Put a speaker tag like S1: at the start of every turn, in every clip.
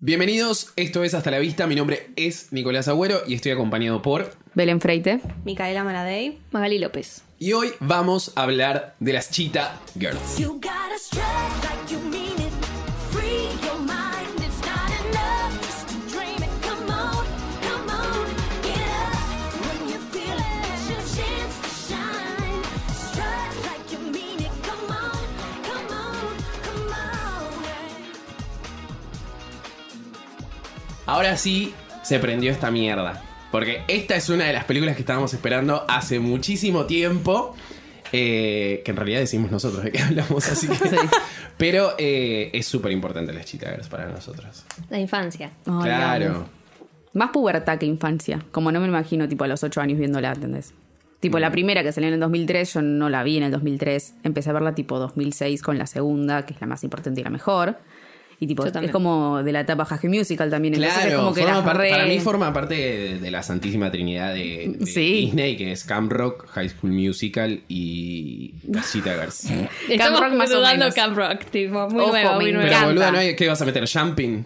S1: Bienvenidos, esto es Hasta la Vista, mi nombre es Nicolás Agüero y estoy acompañado por...
S2: Belén Freite.
S3: Micaela Maradei.
S4: Magali López.
S1: Y hoy vamos a hablar de las Cheetah Girls.
S5: You gotta stretch like you mean it. Free your mind. It's not enough just to dream it. Come on, come on, get up. When you feel it, it's your chance to shine. Stretch like you mean it. Come on, come on, come on.
S1: Ahora sí se prendió esta mierda. Porque esta es una de las películas que estábamos esperando hace muchísimo tiempo. eh, que en realidad decimos nosotros de qué hablamos, así que. Pero eh, es súper importante las Cheetah Girls para nosotros.
S4: La infancia.
S2: Ay,
S1: claro.
S2: Más pubertad que infancia. Como no me imagino, tipo, a los 8 años viéndola, ¿entendés? Tipo, la primera que salió en el 2003, yo no la vi en el 2003. Empecé a verla, tipo, 2006 con la segunda, que es la más importante y la mejor. Y, tipo,
S4: Yo
S2: es
S4: también.
S2: como de la etapa High School Musical también. Entonces,
S1: Claro,
S2: es como que
S1: forma
S2: era
S1: par-
S2: re-
S1: para mí forma parte de, de la santísima trinidad de, de
S2: Sí.
S1: Disney, que es Camp Rock, High School Musical y las Cheetah Girls.
S4: Estamos
S2: Rock más o
S4: dudando
S2: menos.
S4: Camp Rock, tipo, muy
S2: Ojo,
S4: nuevo,
S2: me
S4: muy nuevo.
S1: Pero
S2: encanta.
S1: boluda, ¿no hay, ¿qué vas a meter? ¿Jumping?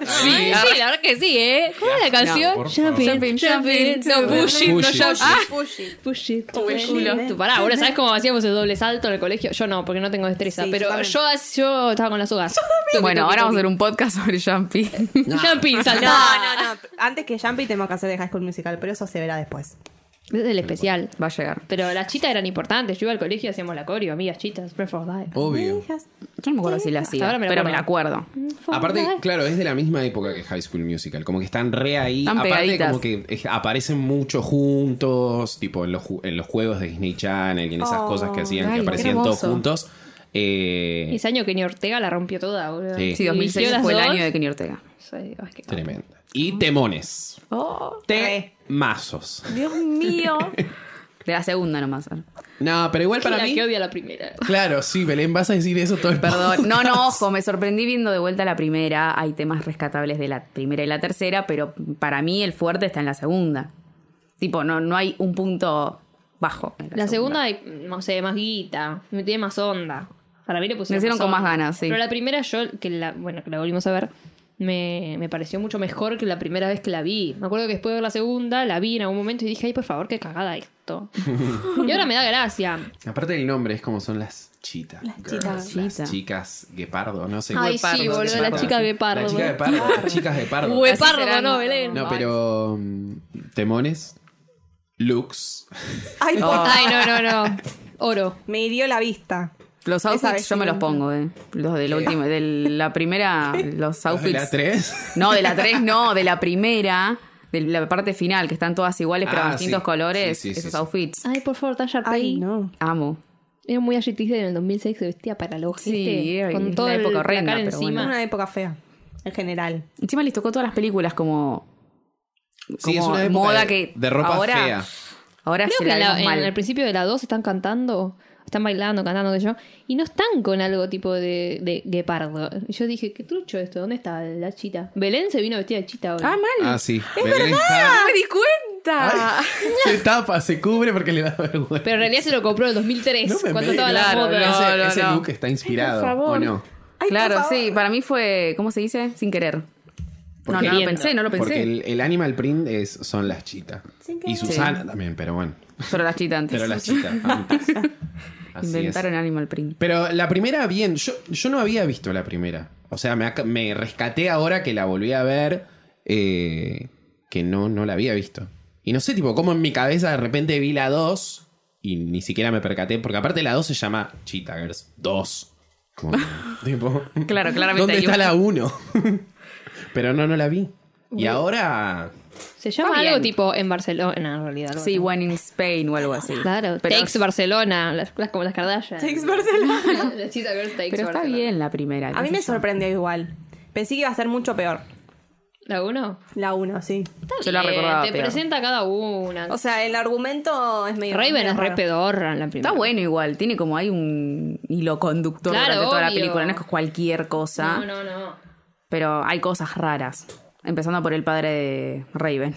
S4: Sí,
S1: Ay,
S2: Ah,
S4: sí, la verdad que sí, ¿eh? ¿Cómo es la canción?
S1: por favor.
S4: jumping, jumping. No,
S2: Jumping.
S4: push it, no
S1: Push it.
S4: jump. Ah,
S3: Push it.
S4: push it.
S3: Como el
S4: Push
S3: culo.
S4: it. Tú pará, boludo, ¿sabes cómo hacíamos el doble salto en el colegio? Yo no, porque no tengo destreza,
S3: Sí, yo
S4: pero
S3: también.
S4: yo, yo estaba con las hogas.
S2: Bueno, ahora vamos a hacer un podcast sobre Jumpy.
S4: Jumping,
S3: No,
S4: saltá.
S3: no, no. Antes que Jumpy tenemos que hacer de High School Musical, pero eso se verá después.
S4: Es el especial.
S2: Va a llegar.
S4: Pero las chitas eran importantes. Yo iba al colegio y hacíamos la coreo, amigas chitas, Breath for Life.
S1: Obvio.
S3: Hijas.
S2: Yo no me acuerdo si la hacía,
S4: ahora me la
S2: pero me la acuerdo.
S1: Aparte, claro, es de la misma época que High School Musical. Como que están re ahí.
S2: Están
S1: Aparte,
S2: pegaditas.
S1: como que eh, aparecen mucho juntos, tipo en los, ju- en los juegos de Disney Channel y en esas
S3: Oh,
S1: cosas que hacían,
S2: ay,
S1: que
S2: qué
S1: aparecían todos
S2: hermoso.
S1: juntos. Eh,
S4: Ese año Kenny Ortega la rompió toda, boludo.
S1: Sí.
S2: Sí, 2006
S4: Dirigió
S2: fue el
S4: las
S2: año de
S4: dos.
S2: Kenny Ortega.
S4: Sí, ay, qué-
S1: tremenda. Y temones.
S2: Oh,
S1: Temazos.
S2: Dios mío. De la segunda nomás.
S1: No, pero igual para
S4: la
S1: mí.
S4: que odia la primera.
S1: Claro, sí, Belén, vas a decir eso todo el
S2: Perdón. No, no, ojo, me sorprendí viendo de vuelta la primera. Hay temas rescatables de la primera y la tercera, pero para mí el fuerte está en la segunda. Tipo, no, no hay un punto bajo. en
S4: La segunda, hay, no sé, más guita, me tiene más onda. Para mí le pusieron
S2: Me hicieron con
S4: onda.
S2: más ganas, sí.
S4: Pero la primera yo, que la, bueno, que la volvimos a ver, me, me pareció mucho mejor que la primera vez que la vi. Me acuerdo que después de ver la segunda, la vi en algún momento y dije, ay, por favor, qué cagada esto. y ahora me da gracia.
S1: Aparte del nombre, es como son las chitas. Las
S2: chitas. Chita.
S1: Las chicas guepardo, no sé.
S4: Ay,
S2: Guepardo,
S4: sí,
S2: se
S4: boludo, la
S2: llama.
S4: chica de pardo.
S1: La chica guepardo, las chicas guepardo.
S2: Así
S4: Huepardo,
S2: serán.
S4: no, Belén.
S1: No, pero. mm, Temones. Looks.
S3: Ay, por
S2: Oh.
S3: favor.
S4: Ay, no, no, no. Oro.
S3: Me hirió la vista.
S2: Los
S3: Esa
S2: outfits
S3: vez
S2: yo me
S3: sí.
S2: los pongo, eh. Los de la última, de la primera, los outfits.
S1: La 3.
S2: No, de la 3 no, de la primera, de la parte final, que están todas iguales pero
S1: Ah,
S2: con distintos
S1: sí.
S2: colores,
S1: Sí, sí, sí,
S2: esos
S1: sí.
S2: outfits.
S4: Ay, por favor, tan Sharpay.
S3: Ay, no.
S2: Amo.
S4: Era muy agitista en el 2006, se vestía para los
S2: Sí, era- es la época horrenda, pero
S4: Ah.
S2: bueno.
S3: Una época fea, en general.
S2: Encima les tocó todas las películas como, como
S1: Sí, es una época
S2: moda
S1: de-
S2: que
S1: de ropa
S2: ahora,
S1: fea.
S2: Ahora
S4: Creo
S2: se
S4: que
S2: la
S4: en la-
S2: vemos
S4: en
S2: mal.
S4: el principio de la 2 están cantando, están bailando, cantando, qué sé yo, y no están con algo tipo de, de guepardo. Y Yo dije, qué trucho esto, ¿dónde está la chita? Belén se vino vestida de chita hoy.
S2: Ah, mal.
S1: Ah, sí. Belén está-
S2: No me di cuenta.
S1: Ay, se tapa, se cubre porque le da vergüenza.
S4: Pero en realidad se lo compró en el 2003,
S1: No me
S4: cuando
S1: metas.
S4: estaba la
S2: Claro,
S4: moda.
S2: no.
S1: ese, ese look está inspirado, ¿o no?
S3: Ay,
S2: claro,
S3: por favor.
S2: sí, para mí fue, ¿cómo se dice? Sin querer. No, no lo
S4: Queriendo.
S2: pensé, no lo
S1: Porque
S2: pensé.
S1: el, el animal print es, son las chitas.
S3: Sin
S1: Y
S3: querer.
S1: Susana también, pero bueno.
S2: Pero las chitantes.
S1: Pero las chitas. antes. Así es.
S2: Inventaron Animal Print.
S1: Pero la primera, bien. Yo, yo no había visto la primera. O sea, me, ac- me rescaté ahora que la volví a ver. eh, que no, no la había visto. Y no sé, tipo, cómo en mi cabeza de repente vi la 2 y ni siquiera me percaté. Porque aparte la 2 se llama Cheetah Girls 2. Como que, tipo,
S2: Claro, claramente
S1: ¿Dónde
S2: hay
S1: está
S2: una.
S1: la 1? Pero no, no la vi. Y ahora.
S4: Se llama
S2: Está bien.
S4: algo tipo en Barcelona, en realidad. algo
S2: Sí,
S4: así.
S2: One in Spain o algo así.
S4: Claro,
S2: pero,
S4: Takes Barcelona, las, las- como las Kardashian.
S3: Takes Barcelona.
S4: Las Cheetah Girls Takes
S2: pero está
S4: Barcelona.
S2: bien la primera.
S3: A mí
S2: qué
S3: me
S2: sé yo.
S3: sorprendió igual. Pensé que iba a ser mucho peor.
S4: ¿La uno?
S3: La 1, sí.
S4: Está
S2: Yo la
S4: bien,
S2: recordaba
S4: Te
S2: peor.
S4: presenta cada una.
S3: O sea, el argumento es medio.
S4: Raven
S3: medio
S4: es re
S3: raro.
S4: pedorra en la primera.
S2: Está bueno igual, tiene como hay un hilo conductor
S4: Claro,
S2: durante toda la
S4: obvio.
S2: película, no es cualquier cosa,
S4: No, no, no.
S2: pero hay cosas raras. Empezando por el padre de Raven.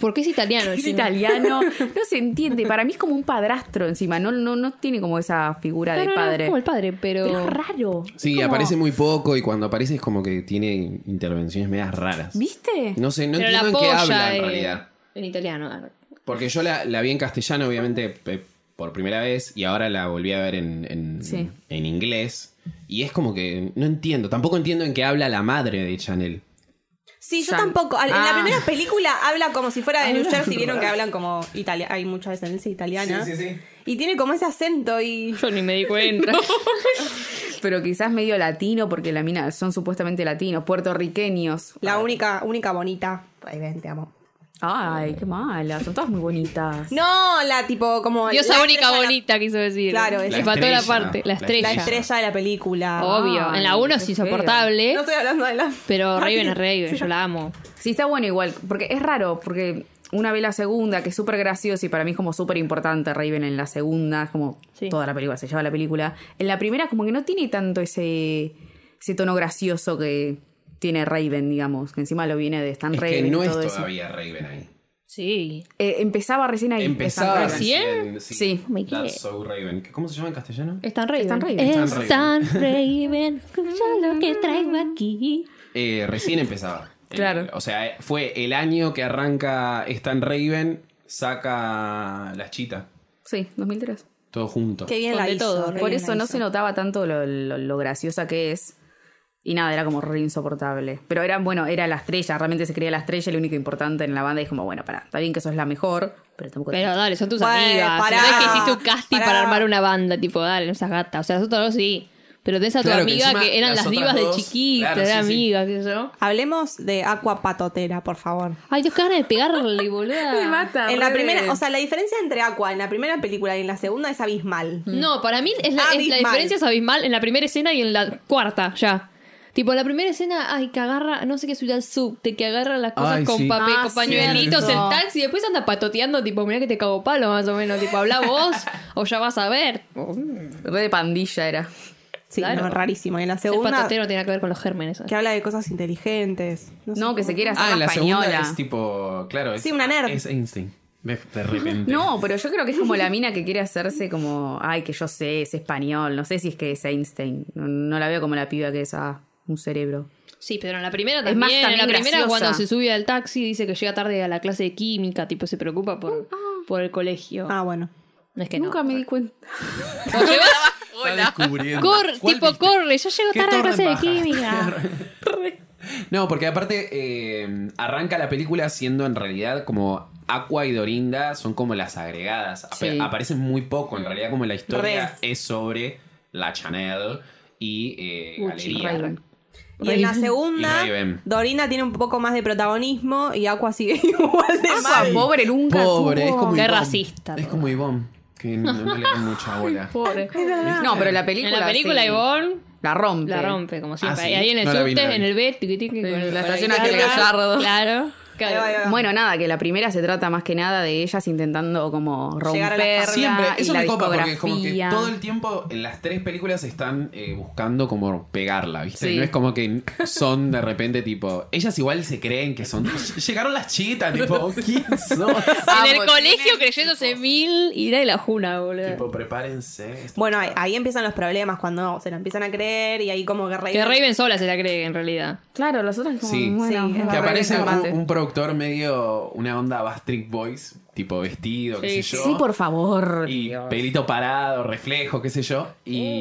S4: ¿Por qué es italiano?
S2: Es
S4: encima?
S2: italiano, no se entiende. Para mí es como un padrastro encima, no, no, no tiene como esa figura
S4: No, no,
S2: de
S4: no,
S2: padre.
S4: como el padre, pero.
S2: Pero es raro.
S1: Sí,
S2: Es como-
S1: aparece muy poco y cuando aparece es como que tiene intervenciones medias raras.
S2: ¿Viste?
S1: No sé, no
S4: pero la
S1: entiendo en qué
S4: polla
S1: habla
S4: eh,
S1: en realidad.
S4: en italiano.
S1: Porque yo la, la vi en castellano, obviamente, pe- por primera vez, y ahora la volví a ver en, en,
S2: Sí.
S1: en inglés. Y es como que no entiendo, tampoco entiendo en qué habla la madre de Chanel.
S3: Sí, yo
S2: Shang-
S3: tampoco. Al- En
S2: Ah.
S3: la primera película habla como si fuera de New Jersey. Vieron que hablan como Italia. Hay mucha descendencia
S2: Ah,
S3: italiana. Y tiene como ese acento y.
S4: Yo ni me di cuenta.
S2: Pero quizás medio latino, porque la mina son supuestamente latinos, puertorriqueños.
S3: La única, única bonita. Ay, ven, te amo.
S2: Ay, qué mala, son todas muy bonitas.
S3: No, la tipo como.
S4: Yo esa
S3: la
S4: única
S3: estrella de la-
S4: bonita quiso decir.
S3: Claro,
S4: Se
S3: esa.
S4: faltó la
S1: estrella.
S4: parte. La
S1: La
S4: estrella.
S3: La estrella de la película.
S4: Obvio.
S2: Ay,
S4: en la 1 es
S2: qué
S4: insoportable.
S3: No estoy hablando de la.
S4: ¿eh? Pero Raven es
S3: Ay,
S4: Raven, yo la amo.
S2: Sí, está bueno igual, porque es raro, porque una ve la segunda, que es súper graciosa y para mí es como súper importante Raven en la segunda, es como
S4: Sí.
S2: toda la película, se lleva la película. En la primera como que no tiene tanto ese, ese tono gracioso que tiene Raven, digamos, que encima lo viene de Stan
S1: Es
S2: Raven
S1: que no
S2: y
S1: es
S2: todo eso.
S1: todavía Raven ahí.
S4: Sí.
S2: Eh, empezaba recién ahí.
S1: Empezaba
S2: Stan Raven.
S4: recién.
S1: Sí.
S2: Sí.
S4: Me quiere.
S1: That's so Raven. ¿Cómo se llama en castellano?
S4: Es tan Raven.
S2: Stan Raven.
S1: Eh.
S4: Es tan Raven. Escucha lo que traigo aquí.
S1: Eh, recién empezaba. El-
S2: Claro.
S1: o sea, eh, fue el año que arranca Stan Raven, saca las chitas,
S2: Sí, 2003.
S1: todo junto.
S3: Qué bien
S4: Con
S3: la
S4: de
S3: hizo.
S4: todo,
S3: qué
S2: Por
S3: bien
S2: eso
S3: la
S2: no
S3: hizo.
S2: se notaba tanto lo, lo- lo graciosa que es. Y nada, era como re insoportable. Pero era, bueno, era la estrella, realmente se creía la estrella, lo único importante en la banda. Y es como, bueno, pará, está bien que sos la mejor, pero tampoco...
S4: Pero dale, son tus
S3: Bueno,
S4: amigas.
S3: pará,
S4: no es que hiciste un casting
S3: pará.
S4: para armar una banda, tipo, dale, no seas gata. O sea, nosotros dos sí. Pero tenés a tu
S1: Claro, que
S4: amiga que,
S1: encima
S4: eran
S1: las
S4: las
S1: otras
S4: divas
S1: dos,
S4: de chiquita,
S1: claro,
S4: eran
S1: sí, sí.
S4: amigas, qué sé yo.
S3: Hablemos de Aqua Patotera, por favor.
S4: Ay, Dios, qué ganas de pegarle, boluda.
S2: Me mata.
S3: En la
S2: Ah, re de-
S3: primera, o sea, la diferencia entre Aqua en la primera película y en la segunda es abismal.
S2: Mm.
S4: No, para mí es la, es la
S3: Abismal.
S4: diferencia es abismal en la primera escena y en la cuarta, ya. Tipo, en la primera escena, ay, que agarra, no sé qué subir al subte, que agarra las cosas
S1: Ay,
S4: con
S1: sí.
S4: papel,
S2: Ah,
S4: con pañuelitos,
S2: cierto.
S4: el taxi, y después anda patoteando, tipo, mirá que te cago palo, más o menos. Tipo, habla vos, o ya vas a ver.
S2: Re de pandilla era.
S3: Sí,
S4: Claro.
S3: no, rarísimo. Y en la
S4: El
S3: segunda,
S4: patotero tiene que ver con los gérmenes.
S3: que habla de cosas inteligentes. No, sé
S2: No, que
S3: cómo.
S2: se quiera hacer
S1: Ah, en
S2: la
S1: la
S2: española.
S1: segunda es tipo, claro, es,
S3: Sí, una nerd.
S1: es Einstein. De, de repente.
S2: No, pero yo creo que es como la mina que quiere hacerse como, ay, que yo sé, es español, no sé si es que es Einstein. No, no la veo como la piba que es, ah, un cerebro.
S4: Sí, pero en la primera
S2: Es
S4: también.
S2: más,
S4: en la
S2: también
S4: primera,
S2: graciosa.
S4: cuando se sube al taxi, dice que llega tarde a la clase de química, tipo, se preocupa por, por el colegio.
S3: Ah, bueno.
S4: no es que
S2: Ah. Nunca
S4: no.
S2: me di cuenta.
S4: O te vas-
S1: Está descubriendo.
S4: Corre,
S1: ¿Cuál
S4: tipo,
S1: viste?
S4: corre, yo llego
S1: ¿Qué
S4: tarde a la
S1: torre
S4: clase de
S1: baja?
S4: química.
S1: No, porque aparte eh, arranca la película siendo en realidad como Aqua y Dorinda son como las agregadas. Ap-
S2: Sí.
S1: Aparecen muy poco, en realidad como la historia es sobre la Chanel y eh,
S4: Gucci,
S1: Galería.
S2: Raven.
S3: Y en la
S4: Raven.
S3: segunda,
S1: Y Raven.
S3: Dorina tiene un poco más de protagonismo y Aqua sigue igual de
S2: Aqua,
S3: mal.
S2: pobre, nunca
S1: Pobre,
S2: tuvo-
S1: es como
S4: Qué
S1: Ivonne.
S4: racista
S1: Es
S4: todo.
S1: como Ivonne, que no, no le dan mucha bola.
S2: Pobre. No, pero la película.
S4: En la película,
S2: sí.
S4: Ivonne
S2: La rompe.
S4: la rompe, como siempre.
S1: Ah, ¿sí?
S4: Y ahí en el
S1: No la vi,
S4: subte,
S1: no la vi.
S4: en el B, tiqui, tiqui, con el-
S2: La
S4: con el-
S2: estación Ángel
S4: Claro.
S2: Gallardo.
S4: Claro.
S3: Ahí va, ahí va.
S2: Bueno, nada, que la primera se trata más que nada de ellas intentando como
S3: Llegar a la-
S2: romperla
S1: Siempre,
S2: y
S1: eso
S2: la
S1: me copa porque
S2: discografía.
S1: es como que todo el tiempo en las tres películas están eh, buscando como pegarla, ¿viste?
S2: Sí.
S1: No es como que son de repente tipo, ellas igual se creen que son, llegaron las chitas, tipo, ¿quién son?
S4: En
S2: Amo,
S4: el colegio
S2: tiene-
S4: creyéndose mil y de la juna, boludo.
S1: tipo, prepárense.
S3: Bueno, ahí, ahí empiezan los problemas cuando se la empiezan a creer y ahí como que Raven...
S4: Que Raven sola se la cree, en realidad.
S2: Claro, las otras como,
S1: Sí.
S2: bueno,
S3: Sí, es
S1: Que
S3: Barra
S1: aparece
S2: de
S1: un,
S2: combate.
S1: un productor medio una onda Bastric Boys, tipo vestido, qué
S4: Sí,
S1: sé yo.
S2: Sí, por favor.
S1: Y pelito parado, reflejo, qué sé yo. Y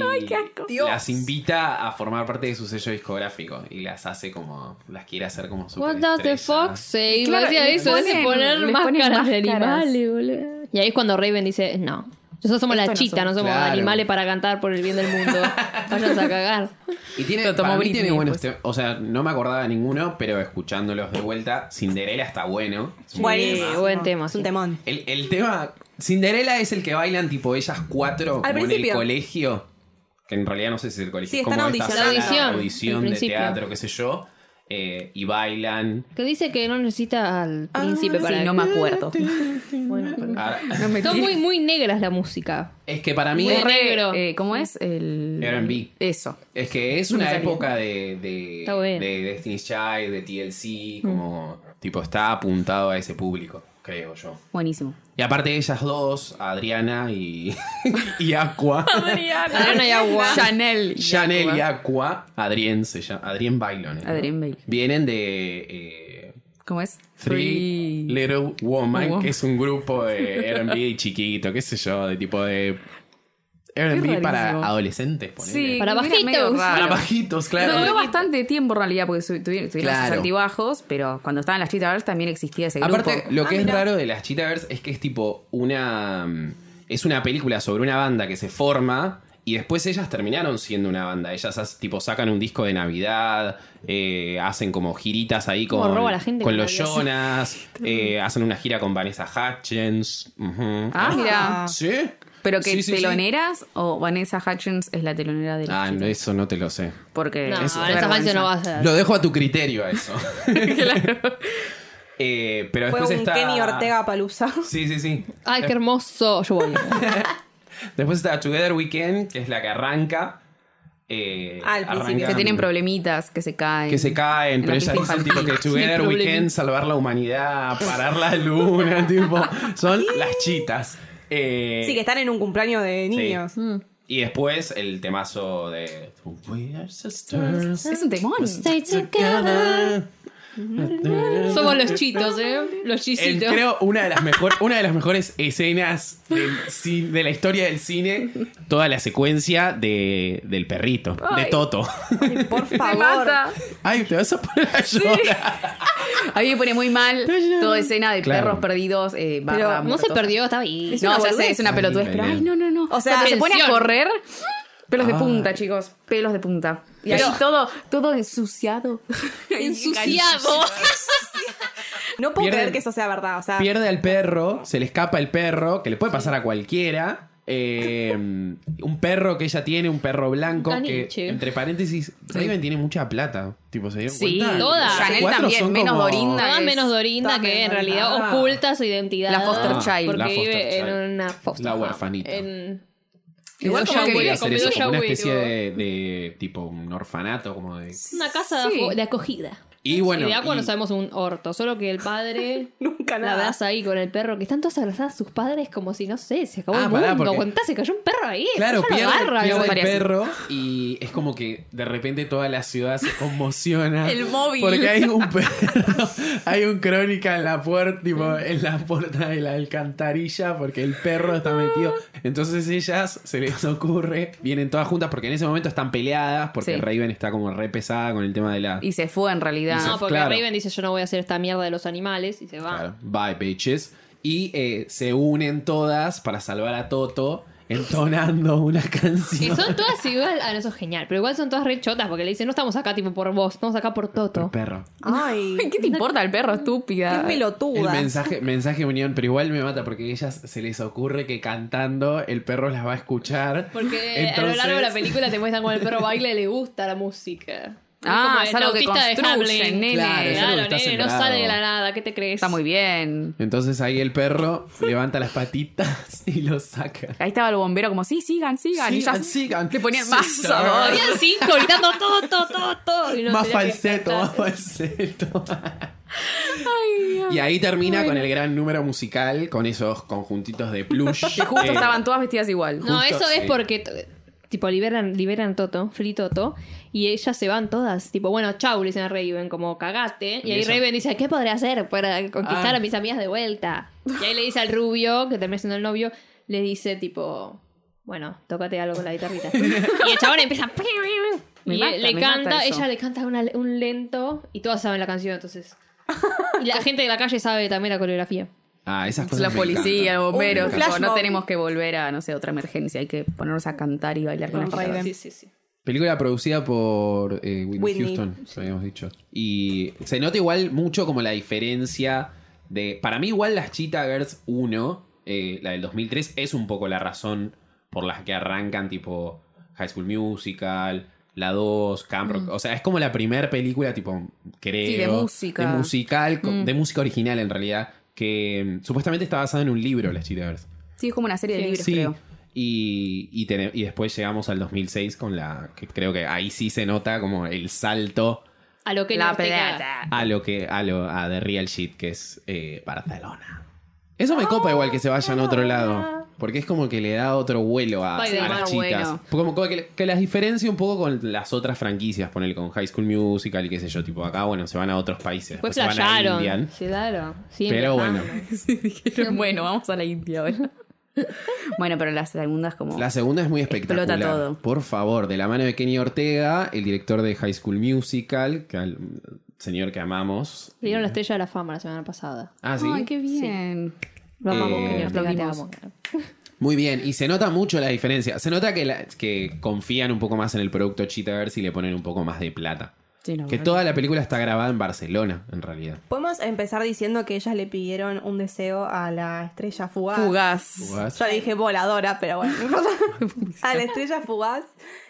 S1: las invita a formar parte de su sello discográfico. Y las hace como. Las quiere hacer como su.
S4: What does the fox say?
S2: Claro,
S4: Hacía
S2: les
S4: eso,
S2: ponen-
S4: de poner
S2: les ponen
S4: máscaras de
S2: máscaras.
S4: animales, boludo. Y ahí es cuando Raven dice, no. Nosotros somos
S2: Esto
S4: las
S2: no
S4: chitas, no
S2: somos-
S4: somos
S1: Claro.
S4: animales para cantar por el bien del mundo. Vayas a cagar.
S1: Y tiene,
S2: Lo tomó
S1: para mí
S2: Britney
S1: tiene buenos
S2: después.
S1: tem- O sea, no me acordaba de ninguno, pero escuchándolos de vuelta, Cinderella está bueno. Es un
S3: Buenísimo.
S1: tema.
S4: buen tema,
S3: Es un
S4: sí.
S3: temón.
S1: El, el tema. Cinderella es el que bailan tipo ellas cuatro
S3: Al
S1: como en el
S3: principio.
S1: colegio. Que en realidad no sé si es el colegio.
S3: Sí,
S1: es como
S3: están
S1: esta
S3: audicionando.
S1: sala de
S4: La audición, al
S1: audición de
S4: principio.
S1: teatro, qué sé yo. eh, y bailan.
S4: Que dice que no necesita al príncipe para.
S2: Ah, Sí, no me acuerdo.
S4: Bueno, perdón.
S1: Ah,
S4: Son muy, muy negras la música.
S1: es que para mí
S4: Muy
S1: es
S4: negro.
S2: Eh, ¿Cómo es? El...
S1: R&B.
S2: Eso.
S1: Es que es
S2: No me
S1: una
S2: salía.
S1: época de, de,
S4: Está bien.
S1: de Destiny's Child, de TLC,
S3: Mm.
S1: como tipo está apuntado a ese público, creo yo.
S2: Buenísimo.
S1: Y aparte ellas dos, Adriana y, y Aqua,
S4: Adriana y Agua.
S2: Chanel. y
S1: Chanel y
S2: Aqua.
S1: Aqua, Adrien se llama, Adrien Bailon. ¿eh?
S2: Adrien Bailon.
S1: Vienen de eh,
S2: ¿Cómo es?
S1: Three Little Woman,
S2: Woman.
S1: que es un grupo de R&B chiquito, qué sé yo, de tipo de R&B para
S2: rarísimo.
S1: adolescentes, ponele.
S2: Sí,
S4: Para
S2: mira, medio
S4: bajitos.
S2: raro.
S1: Para bajitos, claro.
S2: No duró bastante tiempo en realidad porque su- tuvieron, tuvieron sus
S1: Claro.
S2: altibajos, pero cuando estaban las Cheetah Girls también existía ese grupo.
S1: Aparte, lo que
S3: Ah,
S1: es
S3: mira.
S1: raro de las Cheetahverse es que es tipo una. mm, Es una película sobre una banda que se forma y después ellas terminaron siendo una banda. Ellas as- tipo sacan un disco de Navidad, eh, hacen como giritas ahí
S4: Como
S1: con,
S4: roba a la gente
S1: con
S4: con
S1: los
S4: Navidad.
S1: Jonas, eh, hacen una gira con Vanessa Hutchins. ujú.
S2: Ah, mira.
S1: ¿Sí?
S2: Pero que
S1: Sí, sí, sí.
S2: teloneras o Vanessa Hutchins es la telonera de las
S1: Ah, no,
S2: Cheetah?
S1: eso no te lo sé.
S2: Porque
S4: No,
S2: es
S4: esa
S2: vergüenza.
S4: canción no va a ser.
S1: Lo dejo a tu criterio a eso. Eh, pero
S3: Fue
S1: después
S3: un
S1: está.
S3: Kenny Ortega Palusa.
S1: Sí, sí, sí.
S4: Ay, qué hermoso. Yo voy.
S1: Después está Together Weekend, que es la que arranca. eh,
S3: Al principio.
S2: Ah, Que tienen problemitas, que se caen.
S1: Que se caen,
S2: en
S1: pero
S2: la
S1: ellas
S2: pista
S1: dicen tipo que
S2: infantil.
S1: Together
S4: Tiene
S1: Weekend, salvar la humanidad, parar la luna, tipo. Son las chitas. Eh,
S3: Sí, que están en un cumpleaños de
S1: sí.
S3: niños.
S1: Y después el temazo de We are sisters.
S2: Es un temón.
S1: together.
S4: Somos los chitos, ¿eh? Los
S1: El-
S4: chisitos.
S1: creo una de las mejor, una de las mejores escenas del ci- de la historia del cine, toda la secuencia de, del perrito, de
S2: Ay.
S1: Toto.
S3: Por
S2: Me
S3: favor.
S2: mata.
S1: Ay, te vas a poner a llorar.
S2: A mí me pone muy mal toda escena de
S1: Claro.
S2: perros perdidos. eh, barra
S3: Pero no
S4: No se
S2: muertos.
S4: perdió, está bien.
S2: No,
S3: una
S2: ya
S3: boludez.
S2: sé, es una pelotudez.
S1: Ay,
S2: Pero,
S1: Belén.
S2: ay, no, no, no.
S3: O sea,
S2: Cuando se pone a
S4: atención.
S2: correr. Pelos de
S1: Ah.
S2: punta, chicos. Pelos de punta. Y ahí todo, todo ensuciado.
S4: Ensuciado.
S3: No puedo
S1: Pierden-
S3: creer que eso sea verdad. O
S2: Ah.
S3: sea,
S1: Pierde al perro, se le escapa el perro, que le puede pasar a cualquiera. Eh, un perro que ella tiene, un perro blanco, que
S4: Caniche.
S1: entre paréntesis, Raven tiene mucha plata. Tipo, se dieron
S2: Sí,
S1: cuenta?
S4: todas.
S1: Los
S2: Chanel
S1: cuatro
S2: también,
S1: son
S2: menos
S1: como-
S2: Dorinda.
S4: Toda menos Dorinda,
S3: Todas
S4: que en
S3: menos Dorinda.
S4: realidad
S1: Ah.
S4: oculta su identidad.
S2: La foster child.
S4: Porque
S1: La foster
S4: vive
S1: child.
S4: en una foster
S1: La
S4: home.
S1: huerfanita.
S4: En-
S2: Igual
S1: Yo
S2: como que
S1: podría
S2: vive
S1: hacer
S4: con
S1: eso,
S4: Bedoya
S1: como una
S4: Wheat,
S1: especie
S4: tipo.
S1: de, de tipo un orfanato, como de.
S4: una casa de
S2: Sí.
S4: aco- de acogida.
S1: Y bueno.
S4: y de agua
S1: y-
S4: no sabemos un horto, solo que el padre
S3: nunca
S4: la
S3: nada.
S4: abraza ahí con el perro, que están todas abrazadas sus padres como si, no sé, se acabó
S1: Ah,
S4: el
S1: pará,
S4: mundo.
S1: porque-
S4: Aguantá, se cayó un perro ahí.
S1: Claro,
S4: ya lo
S1: pierde,
S4: agarra,
S1: pierde
S4: lo
S1: el
S4: estaría así.
S1: perro y es como que de repente toda la ciudad se conmociona.
S2: El móvil.
S1: Porque hay un perro, hay un crónica en la puerta, tipo, en la puerta de la alcantarilla, porque el perro está metido. Entonces ellas se les ocurre, vienen todas juntas, porque en ese momento están peleadas, porque
S2: Sí.
S1: Raven está como re pesada con el tema de la.
S2: Y se fue en realidad.
S1: Y se
S4: No, porque
S1: Claro.
S4: Raven dice yo no voy a hacer esta mierda de los animales y se va.
S1: Claro, Bye, bitches. Y eh, se unen todas para salvar a Toto entonando una
S4: Que
S1: canción.
S4: son todas igual, ah, no, eso es genial, pero igual son todas re chotas porque le dicen no estamos acá tipo por vos, estamos acá por Toto.
S1: Por perro.
S3: Ay,
S2: ¿Qué te importa el perro,
S3: qué
S2: estúpida?
S3: pelotuda.
S1: El mensaje, mensaje unión, pero igual me mata porque ellas se les ocurre que cantando el perro las va a escuchar.
S4: Porque a lo
S1: Entonces-
S4: largo de la película te muestran con el perro baile le gusta la música. Es
S2: Ah,
S4: como el
S2: es algo que
S4: flautista de
S2: construyen,
S4: Hamelin.
S2: nene.
S1: Claro, es algo que
S4: Claro,
S1: está
S4: nene, no
S1: sembrado.
S4: sale de la nada, ¿qué te crees?
S2: Está muy bien.
S1: Entonces ahí el perro levanta las patitas y lo saca.
S2: Ahí estaba el bombero como, sí, sigan, sigan. y
S1: Sigan,
S2: ya
S1: sigan.
S2: Le ponían más
S1: Sigan.
S2: sabor.
S4: Habían cinco gritando todo, todo, todo, todo. y no
S1: más
S4: tenía que
S1: falseto,
S4: cantar.
S1: más falseto. y ahí termina con el gran número musical, con esos conjuntitos de plush.
S2: Que justo
S1: Eh,
S2: estaban todas vestidas igual.
S4: No,
S1: Justo,
S4: eso es
S1: sí.
S4: porque t- tipo liberan, liberan Toto, Free Toto, y ellas se van todas, tipo, bueno, chau, le dicen a Raven, como cagate. Y,
S1: Y
S4: ahí
S1: ella-
S4: Raven dice, ¿qué podré hacer para conquistar
S1: Ah.
S4: a mis amigas de vuelta? Y ahí le dice al rubio, que termina siendo el novio, le dice tipo, bueno, tócate algo con la guitarrita. y el chabón empieza.
S2: Me
S4: y
S2: mata,
S4: le
S2: me
S4: canta,
S2: mata eso.
S4: ella le canta una- un lento y todas saben la canción, entonces. Y la gente de la calle sabe también la coreografía.
S1: Ah, esas cosas
S2: La
S1: me
S2: policía,
S1: encantan.
S2: los bomberos,
S3: Un
S2: tipo,
S3: flash
S2: no
S3: mob.
S2: tenemos que volver a, no sé, otra emergencia. Hay que ponernos a cantar y bailar con,
S3: Con
S2: las
S3: Raven.
S2: chicas.
S4: Sí, sí, sí.
S1: Película producida por eh, Whitney,
S3: Whitney.
S1: Houston, ya habíamos dicho. Y se nota igual mucho como la diferencia de... Para mí igual las Cheetah Girls 1, eh, la del 2003, es un poco la razón por la que arrancan tipo High School Musical, la 2, Camp Rock. O sea, es como la primera película, tipo, creo.
S2: Mm. Sí, de música. Mm.
S1: De musical, con- de música original en realidad, que mm, supuestamente está basada en un libro, las Cheaters.
S2: Sí, es como una serie de
S4: Sí.
S2: libros,
S1: Sí.
S2: creo.
S1: Y, y, tene- y después llegamos al 2006 con la. que creo que ahí sí se nota como el salto
S4: A lo que
S2: La
S4: Norteca-
S2: pelota.
S1: a lo que. a lo. a The Real Shit, que es eh, Barcelona. Eso me copa igual que se vayan a otro lado. Porque es como que le da otro vuelo a,
S4: By the
S1: a
S4: way.
S1: las
S2: Ah, bueno.
S1: chicas. Como, como que, que las diferencia un poco con las otras franquicias. Poner con High School Musical y qué sé yo. Tipo, acá, bueno, se van a otros países.
S4: Después
S1: después se van a
S4: playaron.
S1: Indian.
S4: Sí, claro. Sí, ah,
S1: Pero
S4: en
S1: bueno.
S4: Vietnam.
S2: Dijeron, bueno, vamos a la India ahora. bueno, pero las segundas como...
S1: La segunda es muy espectacular.
S2: Explota todo.
S1: Por favor, de la mano de Kenny Ortega, el director de High School Musical, que al señor que amamos.
S4: Le dieron la estrella de la fama la semana pasada.
S1: Ah, sí.
S2: Ay, qué bien.
S4: Lo amamos,
S1: Eh,
S4: Kenny Ortega, te
S2: aplaudimos.
S4: amo.
S1: Muy bien, y se nota mucho la diferencia. Se nota que, la- que confían un poco más en el producto Cheetaverse y le ponen un poco más de plata.
S2: Sí, no,
S1: Que
S2: bueno.
S1: toda la película está grabada en Barcelona, en realidad.
S3: Podemos empezar diciendo que ellas le pidieron un deseo a la estrella fugaz.
S2: Fugaz.
S3: Yo le dije voladora, pero bueno, no importa. a la estrella fugaz.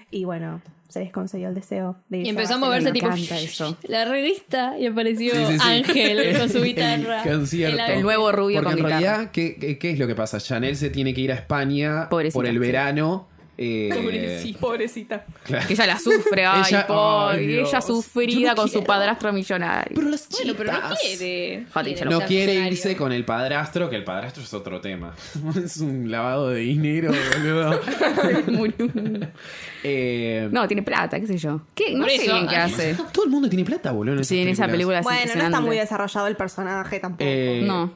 S3: Y bueno, se les concedió el deseo de irse
S4: Y empezamos a verse
S2: Me
S4: tipo
S2: encanta eso.
S4: la revista y apareció
S1: Sí, sí, sí.
S4: Ángel con su guitarra.
S1: El concierto.
S4: El
S2: El nuevo rubio
S1: Porque
S2: con
S1: en
S2: guitarra.
S1: realidad, ¿qué, qué, qué es lo que pasa? Chanel se tiene que ir a España
S2: Pobrecita.
S1: por el verano. eh,
S3: Pobrecita. Pobrecita.
S2: Que ella la sufre, ay,
S1: Ella-
S2: pobre,
S1: ay,
S2: ella
S1: Dios.
S2: sufrida
S1: Yo no
S2: con su
S1: quiero.
S2: padrastro millonario.
S1: Pero las
S4: Bueno, pero no
S1: chicas-
S4: quiere.
S2: Joder, yo
S1: No
S4: ser
S1: quiere
S4: millonario.
S1: irse con el padrastro, que el padrastro es otro tema. es un lavado de dinero, boludo. Eh, ah,
S2: No, tiene plata, qué sé yo. ¿Qué? No
S4: Por
S2: sé
S4: eso,
S2: bien qué
S4: ay,
S2: hace.
S1: Todo el mundo tiene plata, boludo. en esas
S2: Sí, en esa película
S1: películas.
S2: es
S3: Bueno, no está
S2: impresionante.
S3: muy desarrollado el personaje tampoco.
S1: Eh,
S2: No.